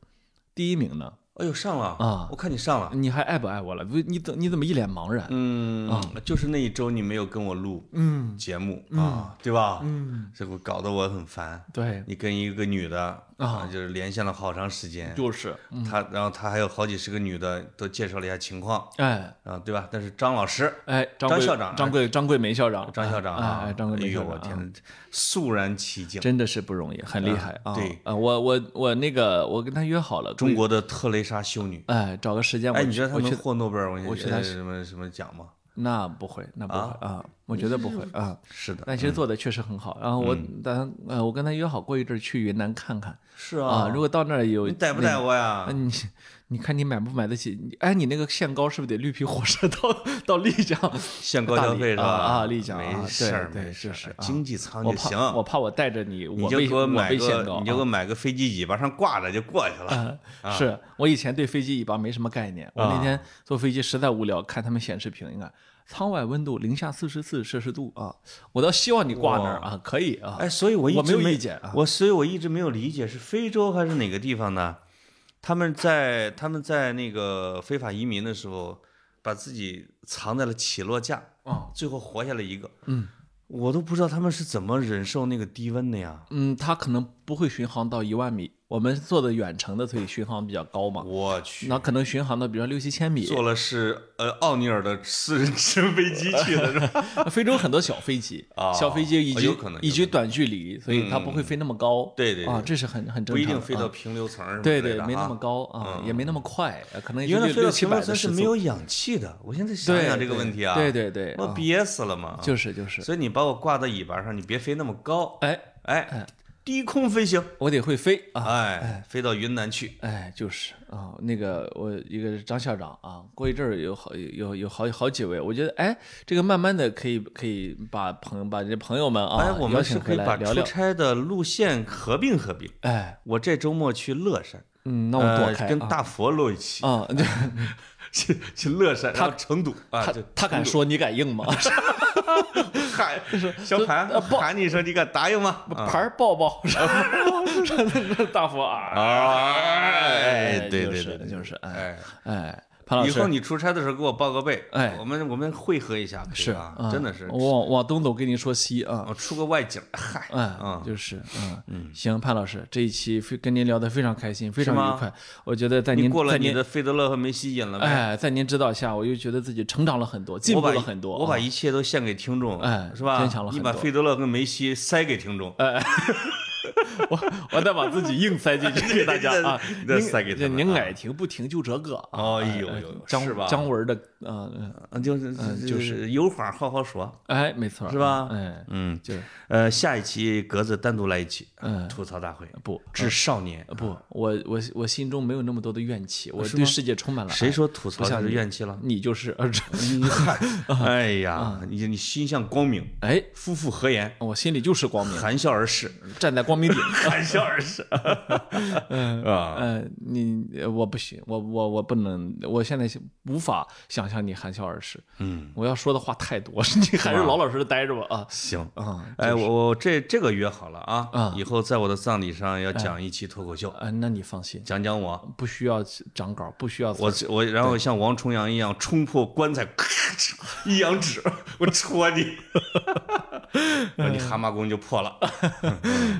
第一名呢？哎呦上了啊我看你上了，你还爱不爱我了？不，你怎你怎么一脸茫然？嗯，就是那一周你没有跟我录嗯，节目啊，对吧？嗯，这不搞得我很烦。对，你跟一个女的啊，就是连线了好长时间，就是，她然后她还有好几十个女的都介绍了一下情况哎。啊，对吧？但是张老师，哎，张张桂校长张桂张桂梅校长，张校长哎哎啊哎，张桂哎梅校呦长，我天啊，呐，肃然起敬，真的是不容易，很厉害啊！对啊，我我我那个，我跟他约好了，中国的特蕾莎修女。哎，找个时间我哎，你觉得她我能去，获诺贝尔文我学去她呃什么什么奖吗？那不会，那不会啊，我觉得不会啊。是的，但其实做的确实很好，然后我咱呃，我跟他约好过一阵儿去云南看看嗯是啊。如果到那儿有你逮不逮我呀那？你你看你买不买得起？你哎，你那个限高是不是得绿皮火车到到丽江？啊限高消费是吧？大理啊啊丽江啊没事儿，对对没事就是儿啊，经济舱我就怕行。我怕我带着你，你我就被给我买被限个，高，你就给我买个飞机尾巴上挂着就过去了。啊，是我以前对飞机尾巴没什么概念，我啊那天坐飞机实在无聊，看他们显示屏，你看舱外温度零下四十四摄氏度啊，我倒希望你挂那儿啊，可以啊，哎，所以我一直我没有意见啊我所以我一直没有理解是非洲还是哪个地方呢？他们在他们在那个非法移民的时候，把自己藏在了起落架，哦最后活下来一个。嗯，我都不知道他们是怎么忍受那个低温的呀。嗯，他可能不会巡航到一万米，我们做的远程的，所以巡航比较高嘛，我去，哦那可能巡航到比如说六七千米，坐了是呃奥尼尔的私人 直升飞机去的是吧？非洲很多小飞机哦，小飞机以及有可能以及有短距离，所以它不会飞那么高，对对对啊，这是很很正常不的，一定飞啊到平流层儿什么之对类的对，没那啊嗯么高啊，也没那么快，呃可能也原来就飞六到七平流百的层是时没速。有氧气的。我现在想对想这个问题啊，对对对，我啊憋死了嘛。就是就是，所以你把我挂到尾巴上，你别飞那么高，哎，哎，低空飞行，我得会飞啊，哎，飞到云南去。哎，就是啊，那个我一个张校长啊，过一阵儿有好有有好好几位，我觉得哎，这个慢慢的可以可以把朋友把这朋友们啊，哎，我邀们请是可回以来把聊出聊，差的路线合并合并。哎，我这周末去乐山，嗯，那那我躲开跟啊，大佛录一起，啊，对哎去去乐山，然后成都啊，他就他敢说你敢硬 吗？喊小盘呃喊你说你敢答应吗？牌儿抱抱， 大佛啊，哎，对就对是对，对就是哎哎，哎，潘老以师后。你出差的时候给我报个备，哎我们我们汇合一下，可以是吧啊真的是，我往往东走跟你说西啊，我出个外景，嗨，嗯，就是嗯，行，潘老师，这一期非跟您聊得非常开心，非常吗愉快。我觉得在你您过了在你您的费德勒和梅西瘾了呗？哎，在您指导下，我又觉得自己成长了很多，进我步把了很多。我把啊一切都献给听众，哎是吧？增强了很你多哎把费德勒跟梅西塞给听众，哎我我再把自己硬塞进 去给大家啊，你再您塞给他们您啊爱停不停就这个啊。哎呦哎呦张是吧张文的，嗯，嗯嗯，就是就是有话好好说。哎，没错儿，是吧哎，嗯，就是呃，下一期格子单独来一期，嗯吐槽大会，不致少年。不，我我我心中没有那么多的怨气，我对世界充满了爱。啊谁说吐槽不像就是你嗯怨气 了？你就是？呃这你嗨，哎呀，你你心向光明， 哎，夫妇和颜，我心里就是光明，含笑而逝，站在光明顶。含笑而逝 啊！呃，你呃我不行，我我我不能，我现在无法想象你含笑而逝。嗯，我要说的话太多， 你还是老老实实待着吧啊行。啊哎，我我这这个约好了啊啊，以后在我的葬礼上要讲一期脱口秀，啊！那你放心，讲讲我，不需要长稿，不需要我我然后像王重阳一样冲破棺材， 咔嚓一扬指， 我戳你， 我你蛤蟆功就破了。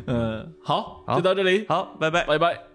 嗯，好，好呃就到这里，好，拜拜。拜拜。